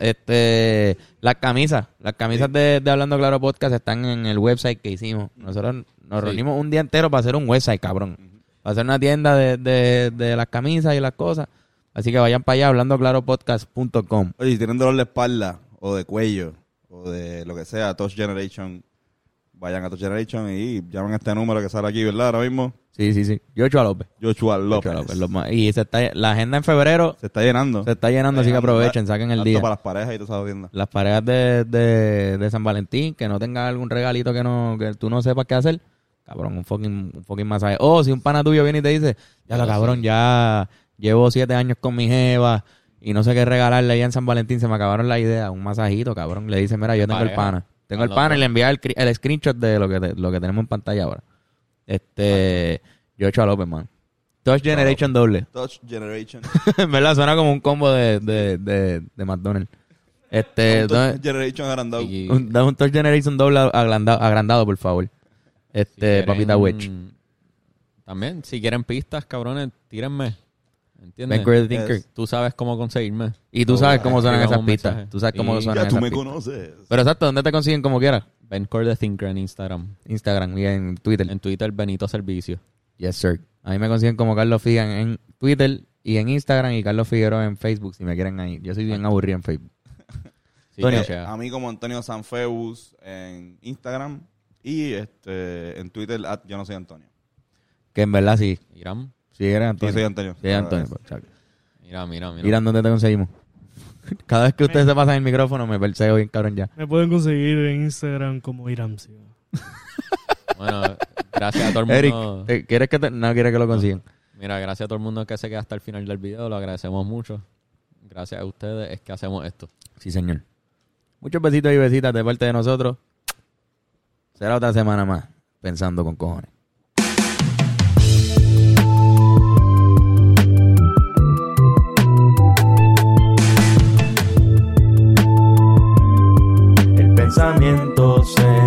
Speaker 2: Este, las camisas, las camisas de, de Hablando Claro Podcast están en el website que hicimos. Nosotros nos
Speaker 1: Sí.
Speaker 2: reunimos un día entero para hacer un website, cabrón. Para hacer una tienda de, de, de las camisas y las cosas. Así que vayan para allá, hablandoclaropodcast.com.
Speaker 3: Oye, si tienen dolor de espalda, o de cuello, o de lo que sea, Touch Generation, vayan a Touch Generation y llaman a este número que sale aquí, ¿verdad? Ahora mismo,
Speaker 2: Sí, sí, sí. Yochoa López.
Speaker 3: Joshua López.
Speaker 2: Yochoa López, los más- Y se está, la agenda en febrero
Speaker 3: Se está llenando.
Speaker 2: se está llenando, así que
Speaker 3: Llenando,
Speaker 2: aprovechen, saquen el
Speaker 3: tanto
Speaker 2: día.
Speaker 3: para las parejas y todas esas tiendas.
Speaker 2: las parejas de, de, de San Valentín, que no tengas algún regalito que no que tú no sepas qué hacer, cabrón, un fucking, un fucking masaje. O si un pana tuyo viene y te dice, ya lo cabrón, ya llevo siete años con mi jeva y no sé qué regalarle allá en San Valentín, se me acabaron las ideas, un masajito, cabrón. Le dice, mira, yo tengo el
Speaker 1: Pareja.
Speaker 2: pana. Tengo el
Speaker 1: Al
Speaker 2: pana
Speaker 1: otro.
Speaker 2: y le envía el, cri- el screenshot de lo que, te- lo que tenemos en pantalla ahora. Este, yo hecho a López, man. Touch Generation doble.
Speaker 3: Touch Generation.
Speaker 2: en verdad, suena como un combo de, de, de, de McDonald's. Este, ¿dónde-
Speaker 3: Touch Generation agrandado.
Speaker 1: Y
Speaker 2: un, da un Touch Generation doble agrandado, agrandado por favor.
Speaker 1: si
Speaker 2: Este,
Speaker 1: quieren-
Speaker 2: Papita Witch.
Speaker 1: También, si quieren pistas, cabrones, tírenme. ¿Entiendes?
Speaker 2: Ben Creative Thinker.
Speaker 3: Yes.
Speaker 1: Tú sabes cómo conseguirme.
Speaker 2: Y tú sabes cómo suenan
Speaker 1: Escribamos
Speaker 2: esas
Speaker 1: un
Speaker 2: pistas.
Speaker 1: mensaje.
Speaker 2: Tú sabes cómo
Speaker 1: Y-
Speaker 2: suenan
Speaker 3: Ya tú
Speaker 2: esas
Speaker 3: me
Speaker 2: pistas.
Speaker 3: conoces.
Speaker 2: Pero exacto, ¿dónde te consiguen como quieras?
Speaker 1: Ben Core the Thinker en Instagram.
Speaker 2: Instagram y en Twitter.
Speaker 1: En Twitter, Benito Servicio.
Speaker 2: Yes, sir. A mí me consiguen como Carlos Figan en Twitter y en Instagram y Carlos Figueroa en Facebook si me quieren ahí. Yo soy bien aburrido en Facebook.
Speaker 1: Sí,
Speaker 2: Antonio.
Speaker 1: que sea.
Speaker 3: Eh, A mí como Antonio Sanfeus en Instagram y este en Twitter at yo no soy Antonio.
Speaker 2: Que en verdad sí.
Speaker 1: Irán,
Speaker 2: Si eres
Speaker 3: Yo
Speaker 2: Antonio.
Speaker 3: soy Antonio. Ah,
Speaker 2: Sí, eres Antonio. pues, chac.
Speaker 1: mira, mira, mira.
Speaker 2: Irán, ¿dónde te conseguimos? Cada vez que ustedes se pasan el micrófono me perseo bien cabrón ya.
Speaker 4: Me pueden conseguir en Instagram como Iramsi.
Speaker 1: Bueno, gracias a todo el
Speaker 2: Eric,
Speaker 1: mundo.
Speaker 2: eh, ¿quieres que te- No quieres que lo consigan.
Speaker 1: Mira, gracias a todo el mundo que se queda hasta el final del video. Lo agradecemos mucho. Gracias a ustedes es que hacemos esto.
Speaker 2: Sí, señor. Muchos besitos y besitas de parte de nosotros. Será otra semana más, pensando con cojones.
Speaker 5: El pensamiento se